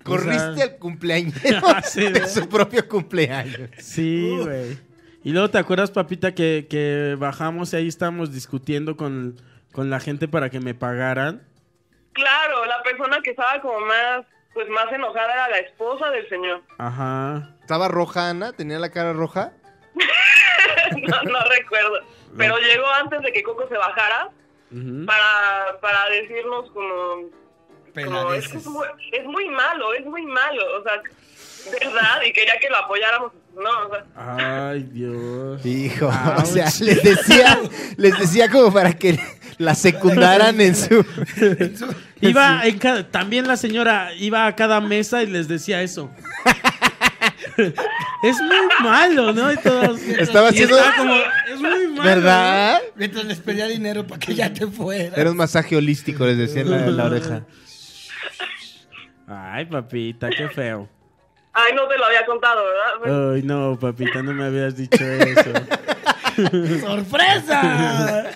S4: O
S2: Corriste
S4: sea,
S2: al cumpleaños
S4: Sí, ¿verdad?
S2: de su propio cumpleaños.
S4: Sí, güey. Y luego te acuerdas, papita, que, que bajamos y ahí estábamos discutiendo con, con la gente para que me pagaran.
S5: claro, la persona que estaba como más, pues más enojada era la esposa del señor,
S4: Ajá.
S2: Estaba roja, Ana, tenía la cara roja.
S5: no, no recuerdo, pero llegó antes de que Coco se bajara,
S4: Ujú.
S5: para, para decirnos como, como es,
S3: Peladeces.
S5: que es, muy, es muy malo, es muy malo, o sea, ¿verdad? Y quería que lo apoyáramos, no, o sea,
S4: Ay, Dios.
S2: Hijo, o
S4: Ouch.
S2: sea, les decía, les decía como para que la secundaran en su...
S4: Iba en cada- también la señora iba a cada mesa y les decía eso. es muy malo, ¿no? Y todos-
S2: Estaba
S4: y
S2: haciendo-
S4: estaba como, es muy malo. ¿eh?".
S2: ¿Verdad?
S5: ¿eh?
S3: Mientras les pedía dinero para que ya te fueras.
S2: Era un masaje holístico, les decía en la, en la oreja.
S4: ¿no? Ay, papita, qué feo.
S5: ay, no te lo había contado, ¿verdad? Pues,
S4: Ay, no, papita, no me habías dicho eso.
S3: ¡Sorpresa!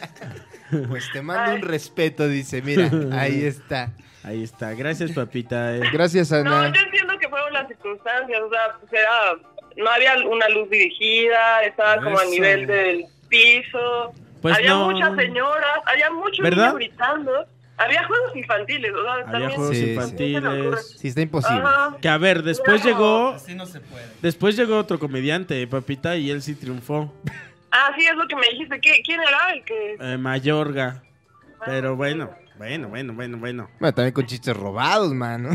S2: Pues te mando un respeto, dice, mira, ahí está.
S4: Ahí está. Gracias, papita. eh.
S2: Gracias,
S5: no,
S2: Ana.
S5: yo entiendo que fueron las circunstancias, o sea, pues era, no había una luz dirigida, estaba como a
S4: Eso.
S5: nivel del piso,
S4: Pues
S5: había
S4: no.
S5: muchas señoras, había muchos
S4: ¿Verdad?
S5: niños gritando, había juegos infantiles, o sea,
S4: Había
S5: también...
S4: juegos
S2: Sí, sí.
S4: infantiles.
S2: Sí, está imposible.
S5: Ajá.
S4: Que a ver, después
S5: No.
S4: llegó.
S3: Así no se puede.
S4: Después llegó otro comediante, papita, y él sí triunfó.
S5: Ah, sí, es lo que me dijiste. ¿Qué- ¿Quién era el que...?
S4: Eh, Mayorga. Pero bueno, bueno, bueno, bueno, bueno.
S2: Bueno, también con chistes robados, mano.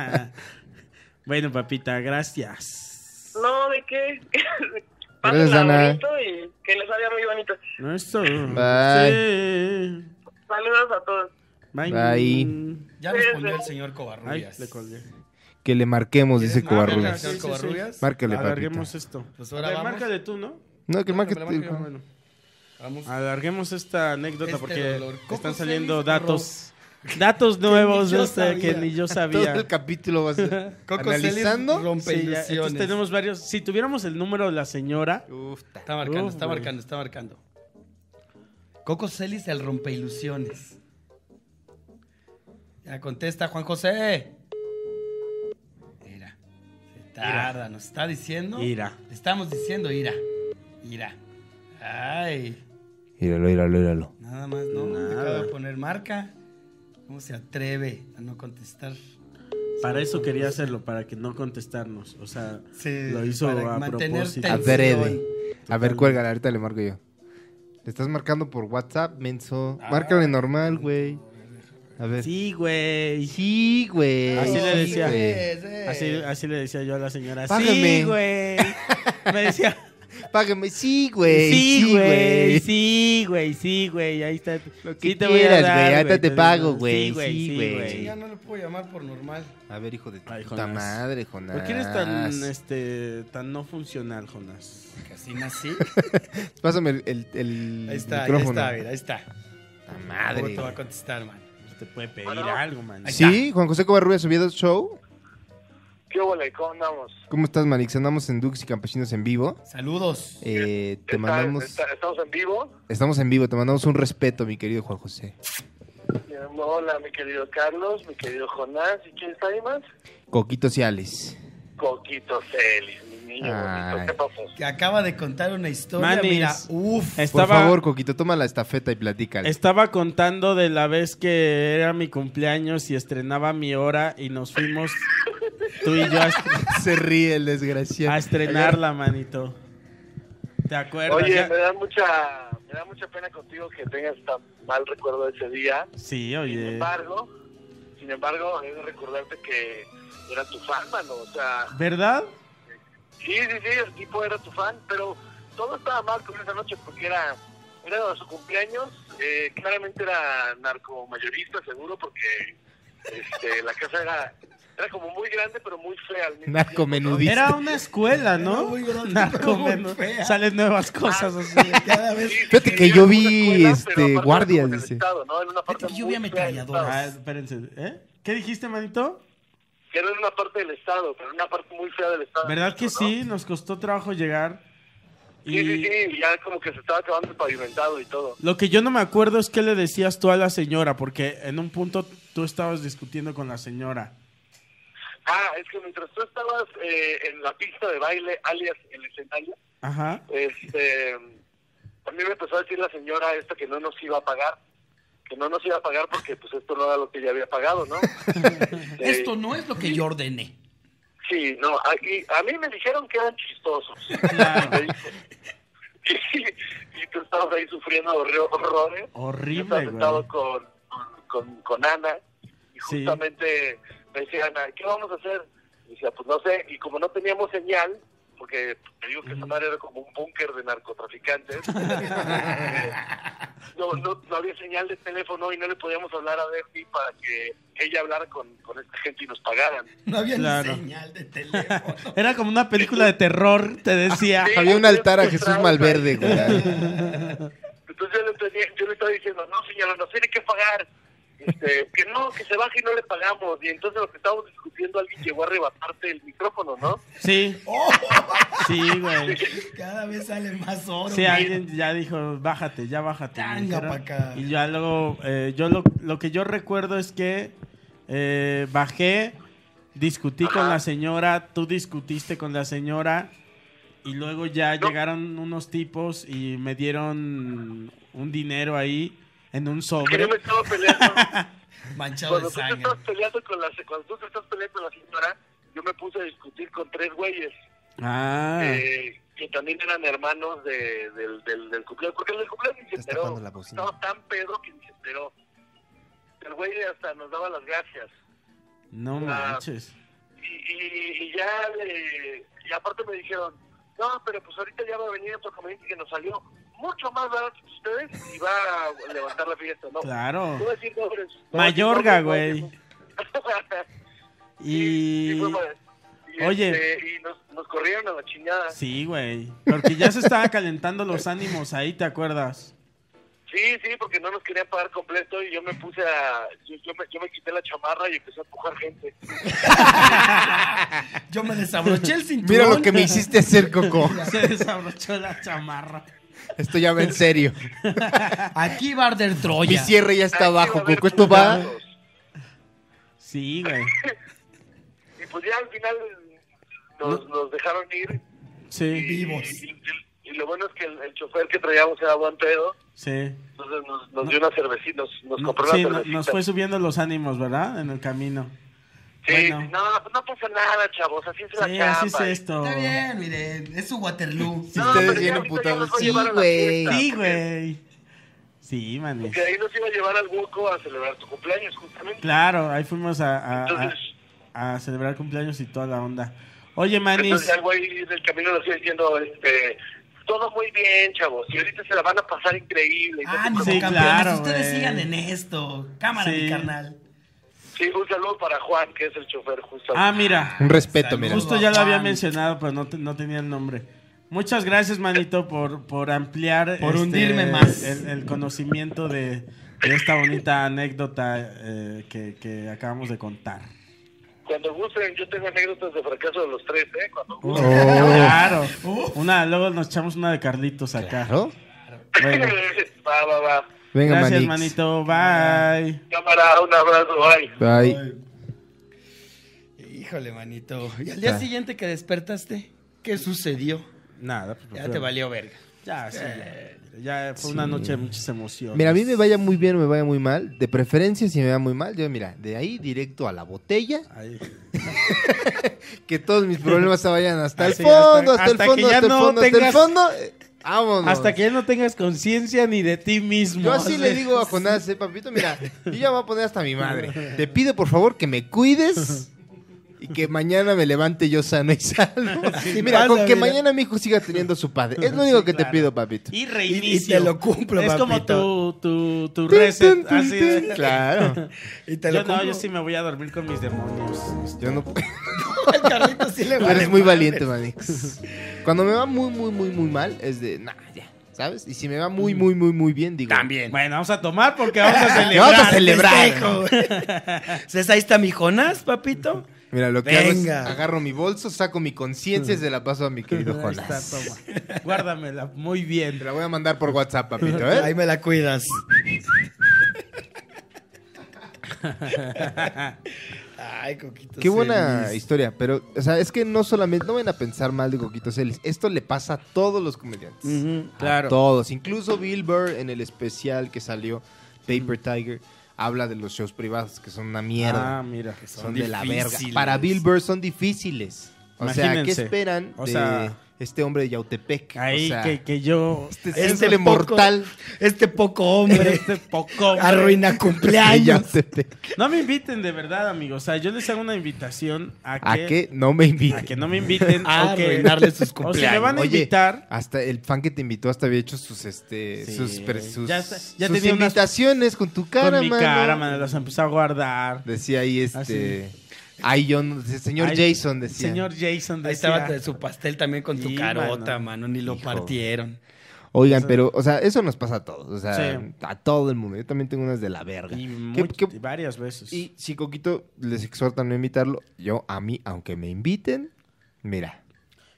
S4: bueno, papita, gracias.
S5: No, ¿de qué?
S2: Gracias,
S5: Pásenla
S2: Ana.
S5: bonito y que les vaya muy bonito.
S4: No eso.
S2: Bye.
S4: Sí.
S5: Saludos a todos.
S4: Bye.
S2: Bye.
S3: Ya respondió el señor Covarrubias.
S4: Ay, le colgué.
S2: Que le marquemos, dice
S3: ¿Quieres marcarle al
S2: Covarrubias.
S3: señor Covarrubias?
S2: Márcale, papito.
S4: Alarguemos esto.
S3: Pues ahora
S4: A ver,
S3: vamos.
S4: Márcale tú, ¿no?
S2: No, que marque...
S3: Márcale, márcale.
S4: Bueno,
S3: Vamos.
S4: Pues, Ah, alarguemos esta anécdota
S3: Este
S4: porque
S3: dolor. ¿Cómo
S4: están
S3: se
S4: saliendo
S3: dice,
S4: datos. Datos nuevos
S3: yo
S4: de este que
S3: sabía.
S4: ni yo
S2: Todo
S4: sabía.
S2: el capítulo va a ser
S3: Coco Celis
S2: analizando.
S3: rompe
S4: Sí, ya,
S3: ilusiones.
S4: entonces tenemos varios. Si tuviéramos el número de la señora,
S2: Uf,
S3: Está marcando,
S4: Uf,
S3: está
S4: güey.
S3: marcando, está marcando. Coco Celis el rompeilusiones. Ya contesta Juan José. Mira, se tarda, nos está diciendo.
S4: Ira.
S3: Le Estamos diciendo ira. Ira. Ay,
S2: Míralo, míralo, míralo.
S3: nada más, no. Me
S4: Nada.
S3: acaba de poner marca. ¿Cómo se atreve a no contestar?
S4: Para eso quería hacerlo, para que no contestarnos. O sea,
S3: Sí,
S4: lo hizo
S3: para
S4: a
S3: mantener
S4: propósito.
S3: tensión.
S2: Adrede. A
S4: Totalmente.
S2: ver, cuélgale, ahorita le marco
S4: Ah.
S2: yo. Le estás marcando por WhatsApp, menso. Márcale normal, güey. A ver. Sí,
S4: Sí, güey.
S2: güey.
S4: Así le
S2: sí,
S4: decía.
S2: güey.
S4: Así,
S3: Eh.
S4: así le decía yo a la señora. Sí,
S2: Págame.
S4: güey. Me decía.
S2: Págame. Sí, güey.
S4: Sí, güey. Sí, güey. Sí, güey. Ahí está.
S2: Lo que
S4: Sí
S2: quieras, güey, ahorita te
S4: Entonces,
S2: pago,
S4: sí,
S2: güey, sí, güey.
S3: Sí, ya no le puedo llamar por normal.
S2: A ver, hijo de tu
S4: Ay,
S2: puta
S4: Jonás.
S2: madre, Jonás.
S4: ¿Por qué eres tan, este, tan no funcional, Jonas?
S3: Casi nací.
S2: Pásame el, el, el
S3: Ahí está, ahí
S2: micrófono.
S3: está, mira, ahí está.
S2: Puta
S3: ¿Cómo
S2: madre.
S3: te va a contestar, man?
S4: Te puede pedir
S5: Bueno.
S4: algo, man.
S2: Sí, Juan José Covarrubia subió dos show.
S5: ¿Qué huele? ¿Cómo andamos?
S2: ¿Cómo estás, Manix? Andamos en Dux y Campesinos en vivo.
S3: Saludos.
S2: Eh, te
S5: ¿Está-
S2: mandamos.
S5: está- ¿Estamos en vivo?
S2: Estamos en vivo, te mandamos un respeto, mi querido Juan José.
S5: Eh, Hola, mi querido Carlos, mi querido Jonás. ¿Y quién está ahí más?
S2: Coquitos y Alex.
S5: Coquito Celis, mi niño
S2: Ay.
S5: bonito. ¿Qué pasó?
S3: Que acaba de contar una historia,
S4: Manis.
S3: mira, uff.
S4: Estaba,
S2: Por favor, Coquito, toma la estafeta y platícale.
S4: estaba contando de la vez que era mi cumpleaños y estrenaba mi hora y nos fuimos tú y yo a, est-
S2: Se ríe el
S4: a
S2: desgraciado.
S4: estrenarla, manito. ¿Te acuerdas?
S5: Oye,
S4: Ya-
S5: me da mucha me da mucha pena contigo que tengas tan mal recuerdo de ese día.
S4: Sí,
S5: Sin
S4: oye.
S5: embargo, sin embargo, es recordarte que era tu fan, mano. O sea,
S4: ¿Verdad?
S5: sí, sí, sí, el tipo era tu fan, pero todo estaba mal con esa noche porque era era su cumpleaños. eh, claramente era narcomayorista, seguro, porque este, la casa era era como muy grande, pero muy fea. al mismo tiempo, ¿no?
S2: Narcomenudista.
S4: Era una escuela, ¿no?
S3: Era muy grande,
S4: Narco,
S3: muy
S4: men-
S3: fea.
S4: Salen nuevas cosas así.
S3: Cada
S5: Ah, Sí,
S3: vez.
S5: sí,
S2: Fíjate
S5: sí,
S2: que
S5: era
S2: yo
S5: una
S2: vi,
S5: escuela,
S2: este,
S5: pero aparte
S2: guardias,
S5: como en el
S2: dice.
S5: estado, ¿no? Era una parte
S3: Fíjate que yo
S5: muy
S3: vi a
S5: fea del
S3: ametralladoras.
S5: estado.
S4: Ah, espérense. ¿Eh? ¿Qué dijiste, manito?
S5: que era en una parte del estado, pero en una parte muy fea del estado.
S4: ¿Verdad que
S5: ¿no?
S4: sí? Nos costó trabajo llegar.
S5: Sí, sí, sí, ya como que se estaba acabando el pavimentado y todo.
S4: Lo que yo no me acuerdo es qué le decías tú a la señora, porque en un punto tú estabas discutiendo con la señora.
S5: Ah, es que mientras tú estabas eh, en la pista de baile, alias el escenario,
S4: Ajá.
S5: este, a mí me empezó a decir la señora esta que no nos iba a pagar, que no nos iba a pagar porque pues esto no era lo que ya había pagado, ¿no? Este,
S3: Esto no es lo que yo ordené.
S5: Sí, no, aquí, a mí me dijeron que eran chistosos. y, y tú estabas ahí sufriendo horri- horrores. Yo estaba
S4: Horrible,
S5: sentado
S4: güey.
S5: con, con, con, con Ana y
S4: Sí.
S5: justamente me decía Ana, ¿qué vamos a hacer? Y decía, pues no sé, y como no teníamos señal, porque te digo que esa madre era como un búnker de narcotraficantes, eh, no, no, no había señal de teléfono y no le podíamos hablar a Bernie para que ella hablara con, con esta gente y nos pagaran.
S3: No había
S4: Claro.
S3: ni señal de teléfono.
S4: Era como una película de terror, te decía.
S5: Sí.
S2: Había un altar a Jesús Malverde, güey.
S5: Entonces yo le, tenía- yo le estaba diciendo, no señora, nos tiene que pagar. Este, que no, que se baje y no le pagamos. Y entonces lo que estábamos discutiendo, alguien llegó a arrebatarte el micrófono, ¿no?
S4: Sí. Sí, güey.
S3: Cada vez sale más oro.
S4: Sí,
S3: mira.
S4: alguien ya dijo, bájate, ya bájate. me
S3: Tanga
S4: dijeron.
S3: pa' acá.
S4: Y ya luego, eh, yo lo, lo que yo recuerdo es que eh, bajé, discutí con la señora, tú discutiste con la señora, y luego ya llegaron unos tipos y me dieron un dinero ahí en un
S5: Que
S4: sobre.
S5: yo me estaba peleando.
S3: Manchado
S5: cuando
S3: de
S5: tú te
S3: sangre.
S5: estás peleando con la, cuando tú te estás peleando con la señora, yo me puse a discutir con tres güeyes
S4: Ah,
S5: eh, que también eran hermanos de, del, del, del cumpleaños. Porque el del cumpleaños ni se
S2: Estás
S5: enteró.
S2: tapando la bocina.
S5: Estaba tan pedo que ni se enteró. El güey hasta nos daba las gracias.
S4: no
S5: ah.
S4: manches.
S5: y, y- y ya le- y aparte me dijeron no pero pues ahorita ya va a venir otro comediante que nos salió mucho más barato que ustedes y va a levantar la fiesta no
S4: Claro.
S5: No voy a decir nombres, no voy a decir
S4: Mayorga, güey.
S5: nombres, no voy a decir nombres.
S4: Y...
S5: Sí, fue mal. Y,
S4: Oye.
S5: este, y nos, nos corrieron a la chingada sí
S4: Sí, güey. Porque ya se estaban calentando los ánimos ahí, ¿te acuerdas?
S5: sí, porque no nos querían pagar completo y yo me puse a yo, yo me, yo me quité la chamarra y empecé a empujar gente
S3: Yo me desabroché el cinturón.
S2: Mira lo que me hiciste hacer, Coco.
S4: Se desabrochó la chamarra.
S2: Esto ya va en serio.
S3: Aquí va a arder
S2: Mi
S3: Troya.
S2: cierre ya está
S5: Ahí iba a
S2: abajo,
S5: haber
S2: Coco. Esto va.
S5: putazos.
S4: Sí, güey.
S5: y pues ya al final nos, nos dejaron ir
S4: Sí,
S3: Vivos.
S5: Y, y- y lo bueno es que el, el chofer que traíamos era buen pedo,
S4: sí.
S5: entonces nos, nos dio una cervecita, nos, nos Pues compró
S4: Sí,
S5: una
S4: no-
S5: cervecita.
S4: nos fue subiendo los ánimos, ¿verdad? En el camino.
S5: sí,
S4: bueno.
S5: no, pues no pasa nada, chavos, así es la
S4: Sí,
S5: chamba.
S4: así es esto.
S3: Está bien, miren. Es su Waterloo.
S5: No,
S2: Ustedes
S5: pero ya
S2: bien
S5: ahorita ya
S2: emputados.
S5: los voy a
S2: Sí,
S5: llevar a la
S2: güey.
S5: fiesta,
S4: Sí,
S5: porque
S4: güey. Sí, manis.
S5: Porque ahí nos iba a llevar al hueco a celebrar tu cumpleaños, justamente.
S4: Claro, ahí fuimos a, a- a-
S5: Entonces-
S4: a celebrar cumpleaños y toda la onda. Oye, manis.
S5: Entonces ya el güey del camino nos iba diciendo, este, todo muy bien, chavos, y ahorita se la van a pasar increíble. Y no
S3: Ah,
S5: se
S3: mis
S4: Sí,
S3: campeones,
S4: claro,
S3: ustedes
S4: güey.
S3: sigan en esto. Cámara,
S4: Sí.
S3: mi carnal.
S5: Sí, un saludo para Juan, que es el chofer, justo.
S4: Ah, mira.
S2: Un respeto,
S3: Salud.
S2: mira.
S4: Justo ya lo había
S3: Juan.
S4: mencionado, pero no, te- no tenía el nombre. Muchas gracias, manito, por, por ampliar. este,
S3: Por hundirme más.
S4: El, el conocimiento de, de esta bonita anécdota eh, que, que acabamos de contar.
S5: Cuando gusten, yo tengo anécdotas de fracaso de los tres, ¿eh? Cuando gusten.
S2: Oh.
S4: Claro. Una, luego nos echamos una de Carlitos acá.
S2: Claro.
S4: Bueno,
S5: va, va, va.
S2: Venga,
S4: gracias,
S2: Manix.
S4: manito. Bye.
S5: Cámara, un abrazo, bye.
S2: Bye.
S3: Híjole, manito. ¿Y al día siguiente que despertaste? ¿Qué sucedió?
S4: Nada. pues,
S3: Ya
S4: fue-
S3: te valió verga.
S4: Ya, sí, ya, ya fue una noche de muchas emociones.
S2: Mira, a mí me vaya muy bien o me vaya muy mal. De preferencia, si me va muy mal, yo, mira, de ahí directo a la botella.
S4: Ahí.
S2: Que todos mis problemas se vayan hasta el
S4: Así,
S2: fondo,
S4: hasta-
S2: hasta, el
S4: hasta que
S2: fondo,
S4: ya
S2: hasta el
S4: no
S2: fondo, hasta el
S4: tengas-
S2: fondo. eh, Vámonos.
S4: Hasta que ya no tengas conciencia ni de ti mismo.
S2: Yo así
S4: O sea,
S2: le digo a Jonás, eh, papito, mira, yo ya me voy a poner hasta mi madre. Te pido por favor que me cuides y que mañana me levante yo sano y salvo. mira,
S4: pasa,
S2: con que
S4: mira.
S2: mañana mi hijo siga teniendo su padre. Es lo único que te pido, papito.
S4: Y
S3: Y,
S4: reinicio.
S3: te lo cumplo,
S4: es como
S3: papito.
S4: tu, tu, tu
S2: Tin,
S4: reset.
S2: tin, tin,
S4: así de-
S2: tin. Claro.
S3: Y te lo
S4: Yo no,
S3: cumplo.
S4: yo sí me voy a dormir con mis demonios.
S2: Yo no
S3: Al Carlito sí le
S2: Tú
S3: vale
S2: eres muy
S3: madre.
S2: valiente, Manix. Cuando me va muy, muy, muy, muy mal, es de, nah, ya, ¿sabes? Y si me va muy, muy, muy, muy bien, digo. También.
S4: Bueno, vamos a tomar porque vamos a
S2: Te vas
S4: celebrar.
S2: a celebrar.
S3: Festejo, güey. Entonces, ahí está mi Jonás, papito.
S2: Mira, lo que
S3: Venga.
S2: hago es agarro mi bolso, saco mi conciencia y se la paso a mi querido
S4: Ahí
S2: Jonas.
S4: está, toma. Guárdamela muy
S2: Te
S4: bien.
S2: la voy a mandar por WhatsApp, papito,
S3: Ahí
S2: ¿eh?
S3: me la cuidas. Ay, Coquito.
S2: Qué buena
S3: Celis.
S2: historia, pero, o sea, es que no solamente, no van a pensar mal de Coquito Celis, esto le pasa a todos los comediantes.
S4: Ujú,
S2: A todos, incluso Bill Burr en el especial que salió, Paper Tiger, habla de los shows privados que son una mierda.
S4: Ah, mira.
S2: son, de la verga. Para Bill Burr son difíciles. O sea, ¿qué
S4: Imagínense.
S2: esperan
S4: O
S2: de
S4: sea,
S2: este hombre de Yautepec?
S4: Ahí
S2: o sea,
S4: que, que yo.
S2: este
S3: Esos
S2: simple mortal
S3: Este poco hombre
S4: Este poco. hombre.
S3: arruina
S2: de
S3: cumpleaños.
S2: Yautepec.
S4: No me inviten de verdad, amigos. O sea, yo les hago una invitación a
S2: ¿A
S4: que,
S2: qué no me
S4: a
S2: inviten?
S4: que no me inviten
S3: A
S4: o que-
S3: arruinarles sus
S4: O si me
S3: cumpleaños.
S4: van a
S2: Oye,
S4: invitar.
S2: Hasta el fan que te invitó hasta había hecho sus este
S4: Sí,
S2: sus, pre- sus-
S4: ya está- ya
S2: sus
S4: tenía unas-
S2: invitaciones con tu cara,
S4: con mi
S2: mano.
S4: cara, mano, las empecé a guardar.
S2: Decía ahí este Ay, yo no- señor
S4: Ay,
S2: Jason
S4: El
S2: decía.
S4: señor Jason
S3: Ahí
S4: decía.
S3: estaba su pastel también con tu
S4: Sí,
S3: carota,
S4: mano.
S3: mano. Ni lo
S2: Hijo.
S3: partieron.
S2: Oigan, pero o sea, eso nos pasa a todos, o sea,
S4: Sí.
S2: a todo el mundo. Yo también tengo unas de la verga.
S4: Y
S2: ¿Qué-
S4: much-
S2: qué-
S4: y varias veces.
S2: Y si Coquito les exhortan no invitarlo, yo a mí, aunque me inviten, mira.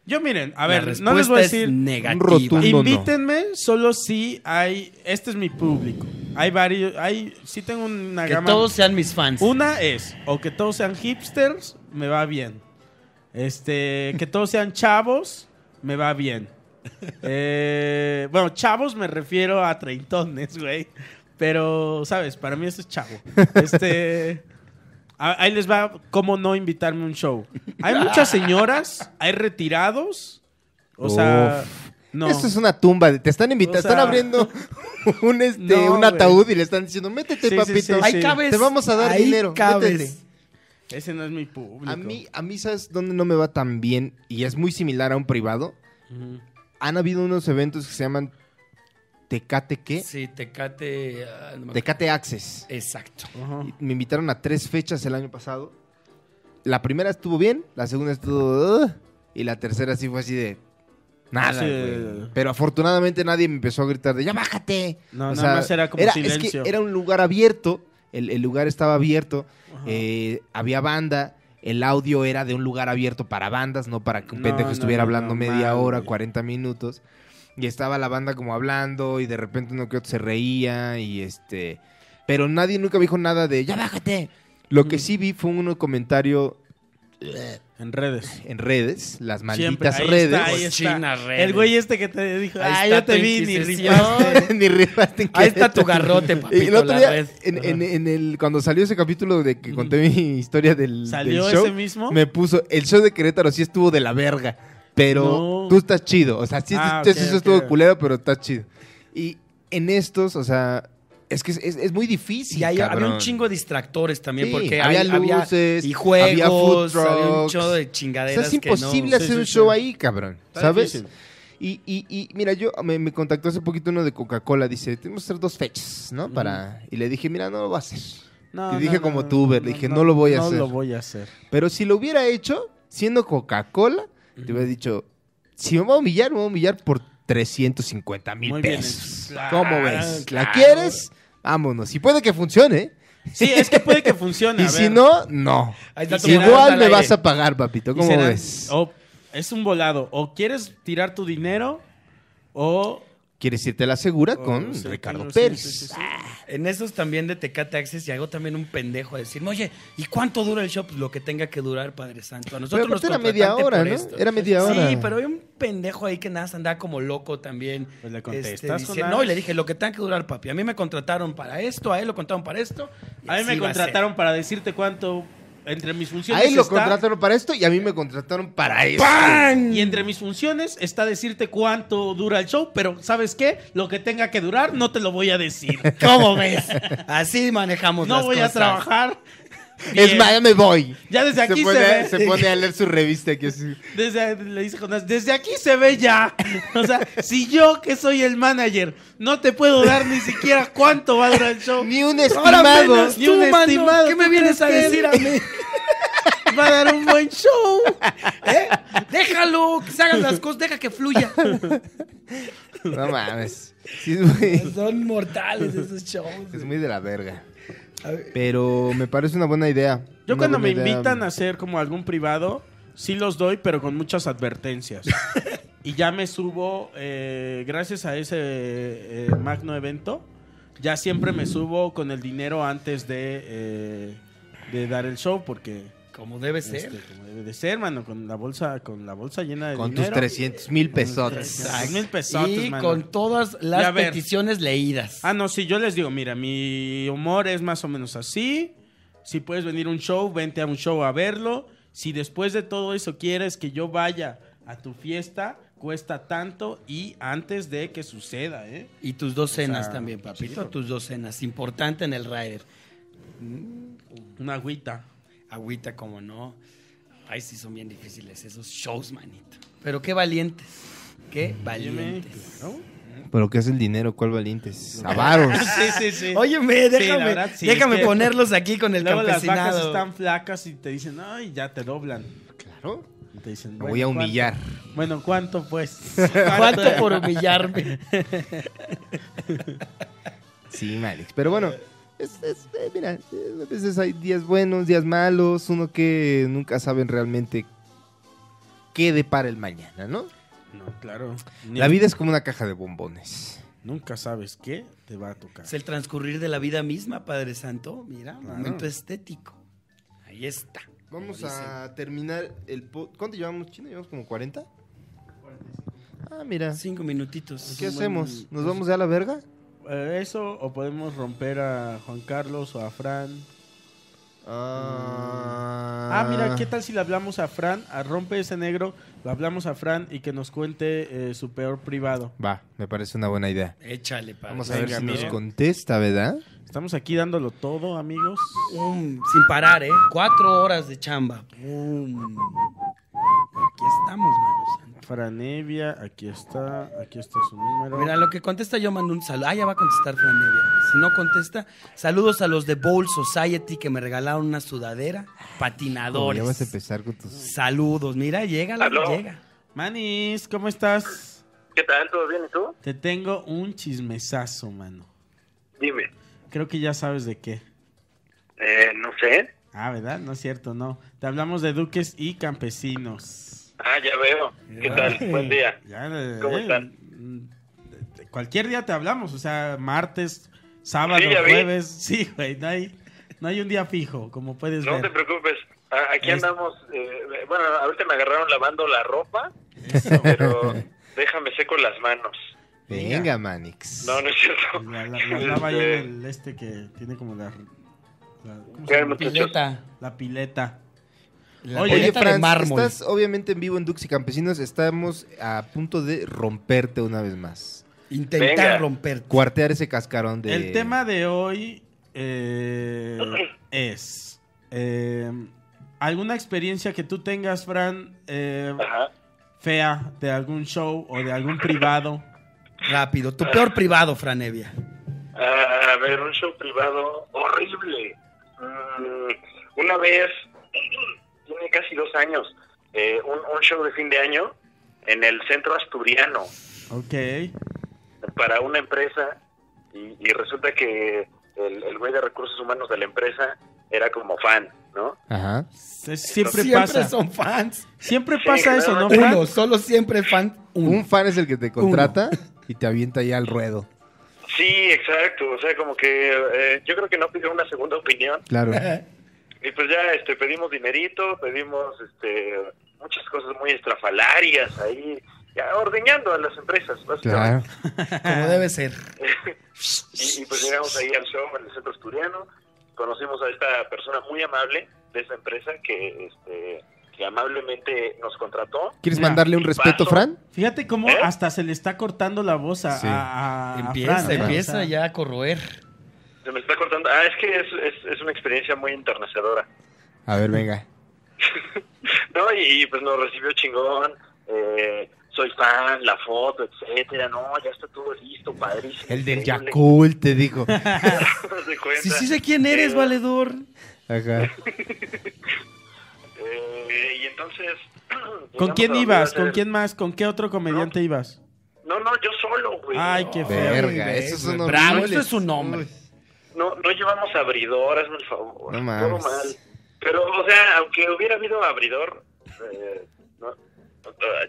S4: Yo miren, a
S3: La
S4: ver, no les
S3: respuesta
S4: voy a
S3: es
S4: decir.
S3: negativa.
S2: rotundo. no, no.
S4: Invítenme solo si hay. Este es mi público. Hay varios. Hay, sí tengo una
S3: Que
S4: gama.
S3: todos sean mis fans.
S4: Una es, o que todos sean hipsters, me va bien. Este, que todos sean chavos, me va bien. Eh, bueno, chavos me refiero a treintones, güey. Pero, ¿sabes? Para mí eso es chavo. Este. a- Ahí les va cómo no invitarme a un show. Hay muchas señoras, hay retirados. O sea, no.
S2: Esto es una tumba, te están invitando,
S4: O sea,
S2: están abriendo un este
S4: no,
S2: un
S4: güey.
S2: ataúd y le están diciendo, "Métete,
S4: Sí, sí,
S2: papito."
S4: sí,
S3: Ahí
S4: sí.
S3: cabes.
S2: Te vamos a dar
S3: ahí
S2: dinero,
S3: Cabes.
S2: métete.
S4: Ese no es mi público.
S2: A mí a mí sabes dónde no me va tan bien y es muy similar a un privado.
S4: Ujú.
S2: Han habido unos eventos que se llaman Tecate qué?
S3: Sí, Tecate. ah, no me acuerdo.
S2: Tecate Access.
S3: Exacto.
S4: Ajá.
S2: Y Me invitaron a tres fechas el año pasado. La primera estuvo bien, la segunda estuvo... "Ugh", y la tercera sí fue así de... Nada,
S4: Sí.
S2: güey. Pero afortunadamente nadie me empezó a gritar de ¡Ya bájate!
S4: No, nada más era como
S2: es que
S4: silencio.
S2: era un lugar abierto, el, el lugar estaba abierto,
S4: Ajá.
S2: eh, había banda, el audio era de un lugar abierto para bandas, no para que un
S4: No,
S2: pendejo
S4: no,
S2: estuviera
S4: no,
S2: hablando
S4: no,
S2: media
S4: mal,
S2: hora,
S4: güey.
S2: 40 minutos. Y estaba la banda como hablando y de repente uno que otro se reía y este... Pero nadie nunca me dijo nada de ¡Ya bájate! Lo que
S4: Mm.
S2: sí vi fue un comentario
S4: En redes.
S2: en redes, las
S4: Siempre,
S2: malditas
S4: ahí
S2: redes.
S4: está, ahí está.
S3: Cochinas redes.
S4: El güey este que te dijo,
S3: Ahí
S4: ah,
S3: está
S4: yo te
S3: tu
S4: vi, ni
S3: Inquisición".
S4: rifaste.
S2: Ni rifaste en
S3: Ahí está tu
S2: Querétaro.
S3: garrote,
S2: Y el
S3: papito.
S2: otro
S3: La
S2: día,
S3: red.
S2: en, en- en el, cuando salió ese capítulo de que conté mi historia del,
S4: ¿Salió
S2: del show,
S4: ese mismo?
S2: me puso, el show de Querétaro sí estuvo de la verga, pero
S4: No.
S2: tú estás chido. O sea, sí,
S4: Ah,
S2: sí,
S4: ok,
S2: sí, eso
S4: ok.
S2: estuvo culero, pero estás chido. Y en estos, o sea, es que es, es- es muy difícil.
S3: Y ahí había
S2: cabrón.
S3: un chingo de distractores también,
S2: Sí,
S3: porque
S2: había
S3: hay-
S2: luces,
S3: y juegos,
S2: había food
S3: había un
S2: trucks.
S3: chingo de
S2: O
S3: chingaderas.
S2: sea, es
S3: que no-
S2: imposible hacer
S4: sí,
S2: un
S4: sí.
S2: show ahí, cabrón.
S4: Está
S2: ¿Sabes?
S4: difícil.
S2: Y, y, y mira, yo me, me contactó hace poquito uno de Coca-Cola, dice, tenemos que hacer dos fechas, ¿no? Para... Y le dije, mira, no lo va a hacer.
S4: No,
S2: Y dije como tú, Uber, dije, no lo voy a hacer.
S4: No lo voy a hacer.
S2: Pero si lo hubiera hecho, siendo Coca-Cola, te hubiera dicho, si me voy a humillar, me voy a humillar por 350 mil
S4: Muy bien
S2: pesos.
S4: hecho.
S2: ¿Cómo
S4: Claro,
S2: ves? ¿La
S4: claro.
S2: quieres? Vámonos. Y puede que funcione. ¿eh?
S4: Sí, es que puede que funcione.
S2: Y
S4: a
S2: si
S4: ver.
S2: no, no.
S3: Ahí está tu moneda
S2: Igual
S3: al
S2: me
S3: aire.
S2: vas a pagar, papito.
S4: Y
S2: ¿Cómo
S4: será- Oh.
S2: ves?
S4: o es un volado. O quieres tirar tu dinero o...
S2: ¿Quieres irte a la segura
S4: o-
S2: con
S4: Oh, sí,
S2: Ricardo
S4: claro, sí,
S2: Pérez?
S4: sí, sí, sí.
S3: En esos también de Tecate Access llegó también un pendejo a decirme, oye, ¿y cuánto dura el show? Pues lo que tenga que durar, Padre Santo. A
S2: Pero
S3: nosotros nos
S2: aparte era media
S3: contrataste
S2: hora,
S3: por
S2: ¿no?
S3: esto".
S2: Era media hora.
S3: Sí, pero había un pendejo ahí que nada más andaba como loco también.
S4: Pues le contestas
S3: dice,
S4: con la-
S3: no, y le dije, lo que tenga que durar, papi. A mí me contrataron para esto, a él lo contaron para esto. y
S4: A mí
S3: así
S4: me
S3: va a ser".
S4: contrataron para decirte cuánto entre mis funciones
S2: A él lo
S4: está-
S2: contrataron para esto y a mí me contrataron para eso.
S4: Y entre mis funciones está decirte cuánto dura el show, pero ¿sabes qué? Lo que tenga que durar no te lo voy a decir.
S3: ¿Cómo ves? Así manejamos
S4: No
S3: las
S4: voy a
S3: cosas.
S4: trabajar.
S2: Es
S4: Bien.
S2: más, ya me voy.
S4: Ya desde aquí se,
S2: pone,
S4: ve.
S2: se pone a leer su revista que es...
S4: Desde, le dice Jonás, desde
S1: Desde aquí se ve ya. O sea, si yo que soy el manager no te puedo dar ni siquiera cuánto va a durar el show.
S2: Ni un
S1: Ahora
S2: estimado.
S1: menos
S2: Ni
S1: tú,
S2: un
S1: mano.
S2: estimado.
S1: ¿Qué me vienes a decir a mí? Va a dar un buen show.
S3: ¿Eh? Déjalo, que se hagan las cosas, deja que fluya.
S2: No mames. Sí, es muy,
S3: Son mortales esos shows.
S2: es muy de la verga.
S3: A ver,
S2: Pero me parece una buena idea.
S4: Yo
S2: Una
S4: cuando me
S2: buena idea.
S4: invitan a hacer como algún privado, sí los doy, pero con muchas advertencias. y ya me subo, eh, gracias a ese eh, magno evento, ya siempre me subo con el dinero antes de, eh, de dar el show, porque
S3: Como debe ser.
S4: este, como debe de ser, mano, con la bolsa, con la bolsa llena de
S2: Con tus
S4: dinero.
S2: 300 mil pesos.
S4: Exacto. Mil
S3: y
S4: pesotes, mano.
S3: con todas
S4: Y a
S3: las
S4: ver.
S3: peticiones leídas.
S4: Ah, no, sí, yo les digo, mira, mi humor es más o menos así. Si puedes venir a un show, vente a un show a verlo. Si después de todo eso quieres que yo vaya a tu fiesta, cuesta tanto y antes de que suceda, ¿eh?
S3: Y tus dos cenas
S4: O sea,
S3: también, papito.
S4: chido.
S3: Tus dos cenas. Importante en el rider.
S4: Mm, Una agüita.
S3: Agüita, como no. Ay, sí, son bien difíciles esos shows, manito. Pero qué valientes. Qué
S4: Mm, Dime,
S3: valientes.
S4: claro.
S2: Pero ¿qué es el dinero? ¿Cuál valientes? Avaros.
S4: Sí, sí, sí.
S3: Óyeme,
S4: Sí, la
S3: déjame,
S4: verdad, sí,
S3: déjame
S4: es que-
S3: ponerlos aquí con el
S4: Luego las vacas
S3: campesinado.
S4: están flacas y te dicen, ay, ya te doblan.
S2: Claro.
S4: Y te
S2: Me
S4: dicen,
S2: voy a
S4: "Bueno, ¿cuánto?".
S2: humillar.
S4: Bueno, ¿cuánto pues?
S3: ¿Cuánto por humillarme?
S2: Sí, Alex. Pero bueno, es, es- eh, mira, eh, a veces hay días buenos, días malos, uno que nunca saben realmente qué depara el mañana, ¿no?
S4: No, claro. Ni-
S2: La vida es como una caja de bombones.
S4: Nunca sabes qué te va a tocar.
S3: Es el transcurrir de la vida misma, Padre Santo. Mira,
S4: Claro.
S3: momento estético. Ahí está.
S2: Vamos
S3: Como dicen.
S2: a terminar el... po- ¿Cuánto llevamos, Chino? ¿Llevamos como 40? Ah, mira.
S3: Cinco minutitos.
S2: ¿Qué
S4: un buen-
S2: hacemos? ¿Nos vamos ya a la verga?
S4: Eh, Eso, o podemos romper a Juan Carlos o a Fran.
S2: Ah,
S4: Ah, mira, ¿qué tal si le hablamos a Fran? A Rompe ese negro, le hablamos a Fran y que nos cuente eh, su peor privado.
S2: Va, me parece una buena idea.
S3: Échale, Padre
S2: Vamos a ver
S4: Venga,
S2: si nos
S4: amigo.
S2: contesta, ¿verdad?
S4: Estamos aquí dándolo todo, amigos.
S3: Um, sin parar, ¿eh? Cuatro horas de chamba. Um. Aquí estamos, manos.
S4: Franevia, aquí está, aquí está su número.
S3: Mira, lo que contesta yo mando un saludo. Ah, ya va a contestar Fran Evia. Si no contesta, saludos a los de Bowl Society que me regalaron una sudadera.
S2: Como Ya vas a
S3: Patinadores.
S2: empezar con tus...
S3: Saludos. Mira, llega la
S5: Aló.
S3: llega.
S4: Manis, ¿cómo estás?
S5: ¿Qué tal? ¿Todo bien? ¿Y tú?
S4: Te tengo un chismesazo, mano.
S5: Dime.
S4: Creo que ya sabes de qué.
S5: Eh, no sé.
S4: Ah, ¿verdad? No es cierto, no. Te hablamos de duques y campesinos.
S5: Ah, ya veo. ¿Qué tal? Buen día.
S4: Ya, eh,
S5: ¿Cómo están?
S4: mm, de- de- Cualquier día te hablamos, o sea, martes, sábado,
S5: Sí, ya vi.
S4: jueves. Sí, güey, no hay, no hay un día fijo, como puedes
S5: No te
S4: ver.
S5: preocupes. A- Aquí
S4: Ahí está.
S5: andamos. eh, bueno, ahorita me agarraron lavando la ropa, pero déjame seco las manos.
S2: Venga,
S4: Venga.
S2: Manix.
S5: No, no es cierto.
S4: La, la- la lava ahí
S5: Este,
S4: en el este que tiene como la. la- ¿cómo se
S5: Vean,
S4: llama?
S5: muchachos.
S3: Pileta.
S4: La pileta.
S3: La
S4: Oye,
S2: Oye,
S3: pileta de
S2: Franz,
S3: mármol.
S2: estás obviamente en vivo en Dux y Campesinos. Estamos a punto de romperte una vez más.
S3: Intentar
S5: Venga.
S3: romper.
S2: Cuartear ese cascarón de.
S4: El tema de hoy eh, es eh, alguna experiencia que tú tengas, Fran, eh,
S5: Ajá.
S4: fea de algún show o de algún privado.
S3: Rápido. Tu peor privado, Franevia.
S5: Ah, a ver, un show privado horrible. Mm, una vez, tiene casi dos años, eh, un, un show de fin de año en el centro asturiano
S4: Ok.
S5: para una empresa y, y resulta que el, el güey de recursos humanos de la empresa era como fan, ¿no?
S2: Ajá.
S4: Se- Siempre,
S3: Siempre
S4: pasa.
S3: son fans.
S4: Siempre
S5: Sí,
S4: pasa eso, ¿no,
S5: claro.
S4: Fran?
S3: Uno, solo siempre fan. Uno.
S2: Un fan es el que te contrata y te avienta ya al ruedo.
S5: Sí, exacto. O sea, como que eh, yo creo que no pidió una segunda opinión.
S2: Claro.
S5: Y pues ya este, pedimos dinerito, pedimos este, muchas cosas muy estrafalarias ahí, ya ordeñando a las empresas, básicamente.
S2: Claro.
S3: Como debe ser.
S5: Y, y pues llegamos ahí al show en el centro asturiano, conocimos a esta persona muy amable de esa empresa que, este, que amablemente nos contrató.
S2: ¿Quieres
S4: Mira,
S2: mandarle un
S5: y
S2: respeto,
S5: paso.
S2: Fran?
S4: Fíjate cómo
S5: ¿Eh?
S4: hasta se le está cortando la voz a,
S2: Sí.
S4: a- a- a
S3: empieza,
S4: Fran, ¿eh? O
S3: empieza
S4: sea,
S3: ya a corroer.
S5: Se me está cortando. Ah, es que es, es, es una experiencia muy enternecedora.
S2: A ver, venga.
S5: No, y, y, pues nos recibió chingón. eh, soy fan, la foto, etcétera. No, ya está todo listo, padrísimo.
S2: El del
S5: increíble.
S2: Yakul te dijo.
S5: Haz de cuenta.
S3: Si sí sé quién eres,
S5: Eh,
S3: valedor.
S2: Ajá.
S5: eh, y entonces.
S4: ¿Con
S5: llegamos
S4: quién
S5: a donde
S4: ibas?
S5: iba a
S4: ¿Con
S5: ser-
S4: quién más? ¿Con qué otro comediante ibas?
S5: No, no, yo solo, güey.
S4: Ay, qué feo.
S2: Verga, esos son
S3: Bravo,
S2: horribles.
S3: esto es un hombre.
S2: Uy.
S5: No, no llevamos abridor, hazme el favor.
S2: No
S5: Todo
S2: mames.
S5: mal. Pero, o sea, aunque hubiera habido abridor, eh, no-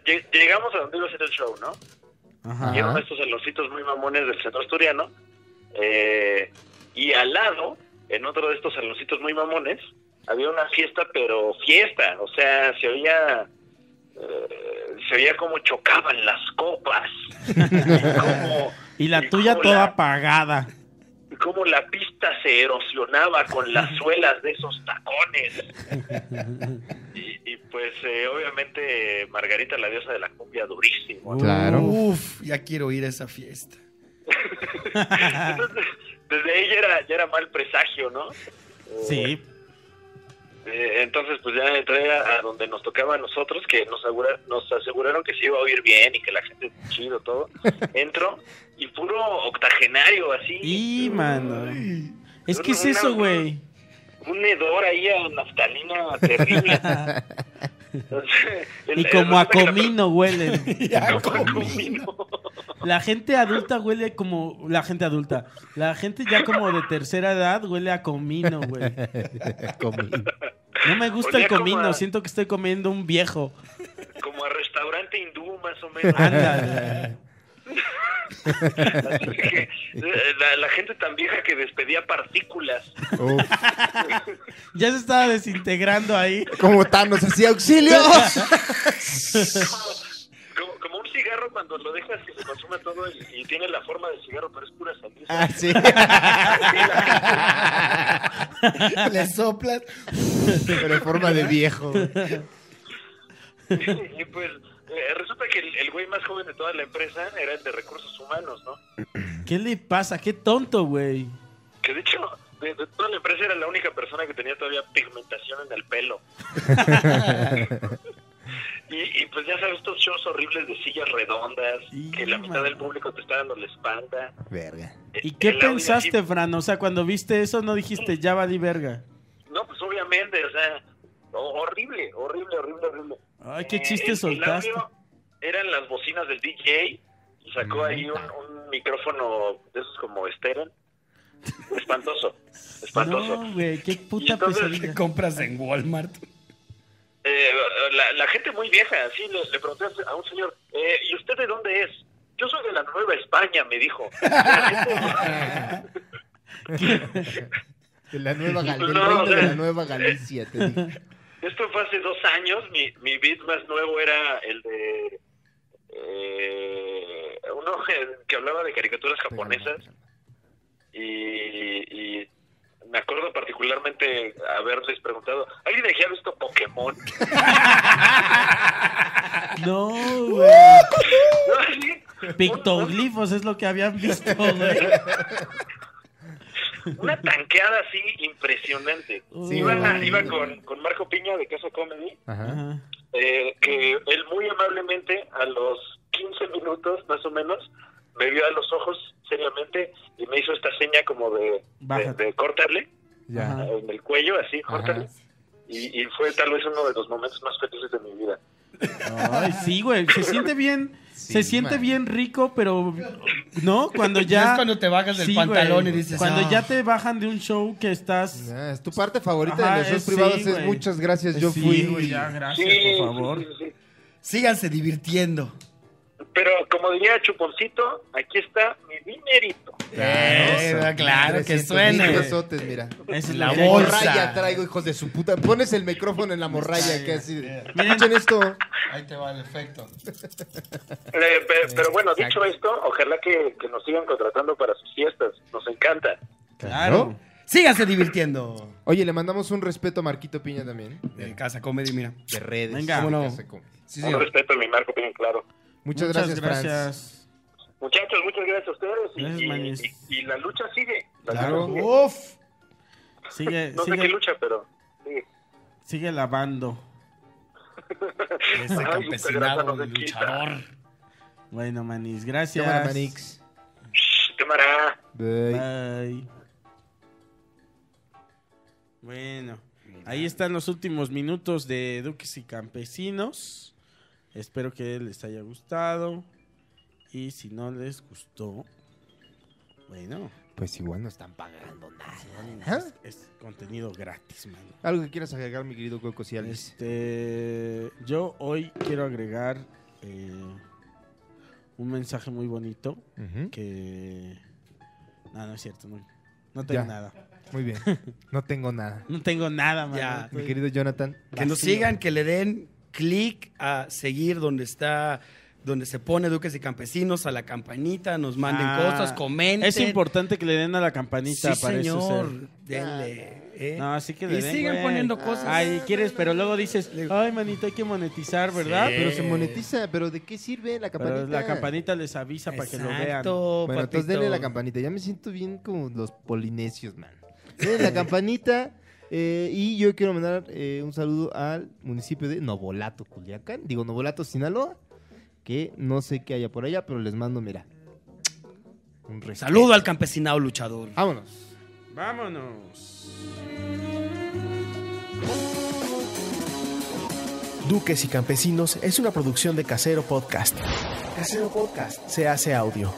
S5: lleg- llegamos a donde iba a ser el show, ¿no?
S4: Ajá.
S5: Y
S2: Ajá.
S5: eran estos aloncitos muy mamones del centro asturiano. eh, y al lado, en otro de estos saloncitos muy mamones, había una fiesta, pero fiesta. O sea, se oía. eh, se oía como chocaban las copas. Y cómo-
S4: Y la
S5: y
S4: tuya
S5: cómo
S4: toda
S5: la-
S4: apagada.
S5: cómo la pista se erosionaba con las suelas de esos tacones. Y, y, pues eh, obviamente Margarita la diosa de la cumbia durísimo.
S2: Claro.
S3: Uf, ya quiero ir a esa fiesta.
S5: Entonces, desde ahí ya era, ya era mal presagio, ¿no?
S4: Sí,
S5: Eh, entonces pues ya entré a, a donde nos tocaba a nosotros, que nos, asegura- nos aseguraron que se iba a oír bien y que la gente chido, todo. Entro y puro octogenario así.
S4: Y, mano. Es que es
S5: Una-
S4: eso, güey.
S5: un hedor ahí a naftalina terrible. Entonces, el-
S4: Y
S5: el-
S4: como a
S5: resulta que la
S4: comino huelen.
S5: persona- como a comino.
S4: La gente adulta huele como. La gente adulta. La gente ya como de tercera edad huele a comino, güey.
S2: Comino.
S4: No me gusta
S5: Olía
S4: el comino.
S5: como a-
S4: Siento que estoy comiendo un viejo.
S5: Como a restaurante hindú, más o menos.
S4: Ándale.
S5: Así que, eh, la, la gente tan vieja que despedía partículas.
S2: Uf.
S4: Ya se estaba desintegrando ahí.
S2: Como Thanos, así, auxilio.
S5: Como, como un cigarro cuando lo dejas que se consuma todo y, y tiene la forma de cigarro, pero es pura ceniza.
S2: Ah, sí.
S3: Le soplas.
S2: Pero en forma de viejo. güey.
S5: y pues eh, resulta que el el güey más joven de toda la empresa era el de recursos humanos, ¿no?
S4: ¿Qué le pasa? Qué tonto, güey.
S5: Que de hecho, de, de toda la empresa era la única persona que tenía todavía pigmentación en el pelo. y, y pues ya sabes, estos shows horribles de sillas redondas,
S4: Y,
S5: que la mitad
S4: man.
S5: del público te está dando la espalda.
S2: Verga.
S4: ¿Y
S5: E- El-
S4: qué
S5: el audio
S4: pensaste,
S5: así-
S4: Fran? O sea, cuando viste eso, no dijiste ya valí verga.
S5: No, pues obviamente, o sea, ho- horrible, horrible, horrible, horrible.
S4: Ay, qué
S5: Eh,
S4: chiste
S5: el- el
S4: soltaste.
S5: audio eran las bocinas del DJ y sacó ahí un, un micrófono de esos como Steren. Espantoso, espantoso.
S4: No, güey, qué puta
S5: entonces-
S4: pesadilla.
S3: Te compras en Walmart.
S5: Eh, la, la gente muy vieja, sí, le, le pregunté a un señor, eh, ¿y usted de dónde es? Yo soy de la Nueva España, me dijo.
S2: De la nueva Gal- del
S5: No,
S2: reino de
S5: güey.
S2: la nueva Galicia, te digo.
S5: Esto fue hace dos años, mi, mi beat más nuevo era el de... eh, uno que- que hablaba de caricaturas japonesas y, y me acuerdo particularmente haberles preguntado, ¿alguien aquí ha visto Pokémon?
S4: No, güey.
S5: No, sí,
S4: Pictoglifos es lo que habían visto, güey.
S5: Una tanqueada así impresionante.
S2: Sí,
S5: iba
S2: güey.
S5: iba con, con Marco Piña de Casa Comedy,
S2: Ajá.
S4: Ajá.
S5: eh, que él muy amablemente a los 15 minutos más o menos me vio a los ojos seriamente y me hizo esta seña como de, de,
S4: Bájate.
S5: de córtale
S2: Ya.
S4: Ajá.
S5: en el cuello, así,
S2: Ajá.
S5: córtale. Y, y fue tal vez uno de los momentos más felices de mi vida.
S4: Ay, sí, güey. Se siente bien.
S2: Sí,
S4: se siente
S2: man.
S4: bien rico, pero. ¿No? Cuando
S3: Ya
S4: ya.
S3: es cuando te bajas del
S4: Sí,
S3: pantalón
S4: güey.
S3: y dices.
S4: Cuando
S3: "Ah".
S4: ya te bajan de un show que estás.
S2: Ah, es tu parte favorita
S4: Ajá,
S2: de los shows
S4: es-
S2: privados
S4: sí,
S2: es
S4: güey.
S2: muchas gracias, Pues yo
S4: Sí,
S2: fui.
S4: güey, ya, gracias, por favor.
S5: sí, sí, sí.
S3: Síganse divirtiendo.
S5: Pero como diría Chuponcito, aquí está mi dinerito.
S3: Eh,
S2: Eso.
S3: claro, que
S2: 300
S3: suene.
S2: mil pesotes, mira.
S4: Esa es
S3: La
S4: la
S2: Mira,
S3: bolsa.
S2: morralla traigo, hijos de su puta. Pones el micrófono en la morralla, que así. de,
S4: Miren.
S2: Escuchen esto.
S3: Ahí te va el efecto.
S5: Eh, pe- pero, bueno, dicho esto, ojalá que, que nos sigan contratando para sus fiestas. Nos encanta.
S4: Claro.
S3: Síganse divirtiendo.
S2: Oye, le mandamos un respeto a Marquito Piña también.
S3: En casa comedy, mira.
S2: De redes.
S4: Venga.
S2: de
S4: ¿Cómo no?
S2: Casa Com.
S3: Sí,
S5: Un
S3: señor.
S5: respeto a mi marco, bien claro.
S2: Muchas, gracias, Franz.
S5: Muchachos, muchas gracias a ustedes. y-
S4: Gracias,
S5: y-
S4: manis.
S5: y, y la lucha sigue. La
S2: Claro.
S5: lucha sigue.
S3: Uf.
S4: Sigue,
S5: No sé qué
S4: sigue,
S5: lucha, pero sigue.
S4: sigue lavando.
S3: Ese
S5: Ay, esta grasa
S3: Este campesinado
S5: no se quita.
S3: luchador.
S4: Bueno, manis, gracias.
S2: Cámara, Manix.
S5: Shh, Cámara.
S2: Bye.
S4: Bye. Bueno, ahí están los últimos minutos de Duques y Campesinos. Espero que les haya gustado. Y si no les gustó, bueno,
S2: Pues igual no están pagando nada. ¿Ah?
S4: es contenido gratis, man.
S2: Algo que quieras agregar, mi querido Coco Cialis.
S4: Este, yo hoy quiero agregar eh, un mensaje muy bonito
S2: Ujú.
S4: que... No, no es cierto, no, no tengo
S2: Ya.
S4: nada.
S2: Muy bien. No tengo nada.
S4: No tengo nada, man.
S3: Ya.
S2: Mi querido Jonathan.
S3: Que nos
S4: Vacío.
S3: sigan, que le den clic a seguir donde está, donde se pone Duques y Campesinos, a la campanita, nos manden
S4: Ah,
S3: cosas, comenten.
S4: Es importante que le den a la campanita,
S3: Sí,
S4: parece
S3: señor.
S4: ser.
S3: Denle. ¿eh?
S4: No, así que le
S3: y
S4: den,
S3: sigan
S4: güey.
S3: poniendo cosas.
S4: Ay, quieres, pero luego dices, ay, manito, hay que monetizar, ¿verdad?
S3: Sí.
S2: Pero se monetiza. ¿Pero de qué sirve la
S4: Pero
S2: campanita?
S4: la campanita les avisa para que lo vean.
S3: Exacto,
S2: Bueno, entonces
S3: papito.
S2: denle la campanita. Ya me siento bien como los polinesios, man. Denle la campanita. eh, y yo quiero mandar eh, un saludo al municipio de Novolato, Culiacán. Digo, Novolato, Sinaloa. Que no sé qué haya por allá, pero les mando, mira. Un respeto.
S3: Saludo al campesinado luchador.
S2: Vámonos.
S4: Vámonos.
S6: Duques y Campesinos es una producción de Casero Podcast. Casero Podcast se hace audio.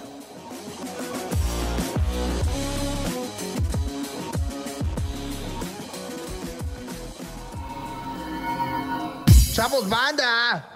S2: ¡Chavos, banda!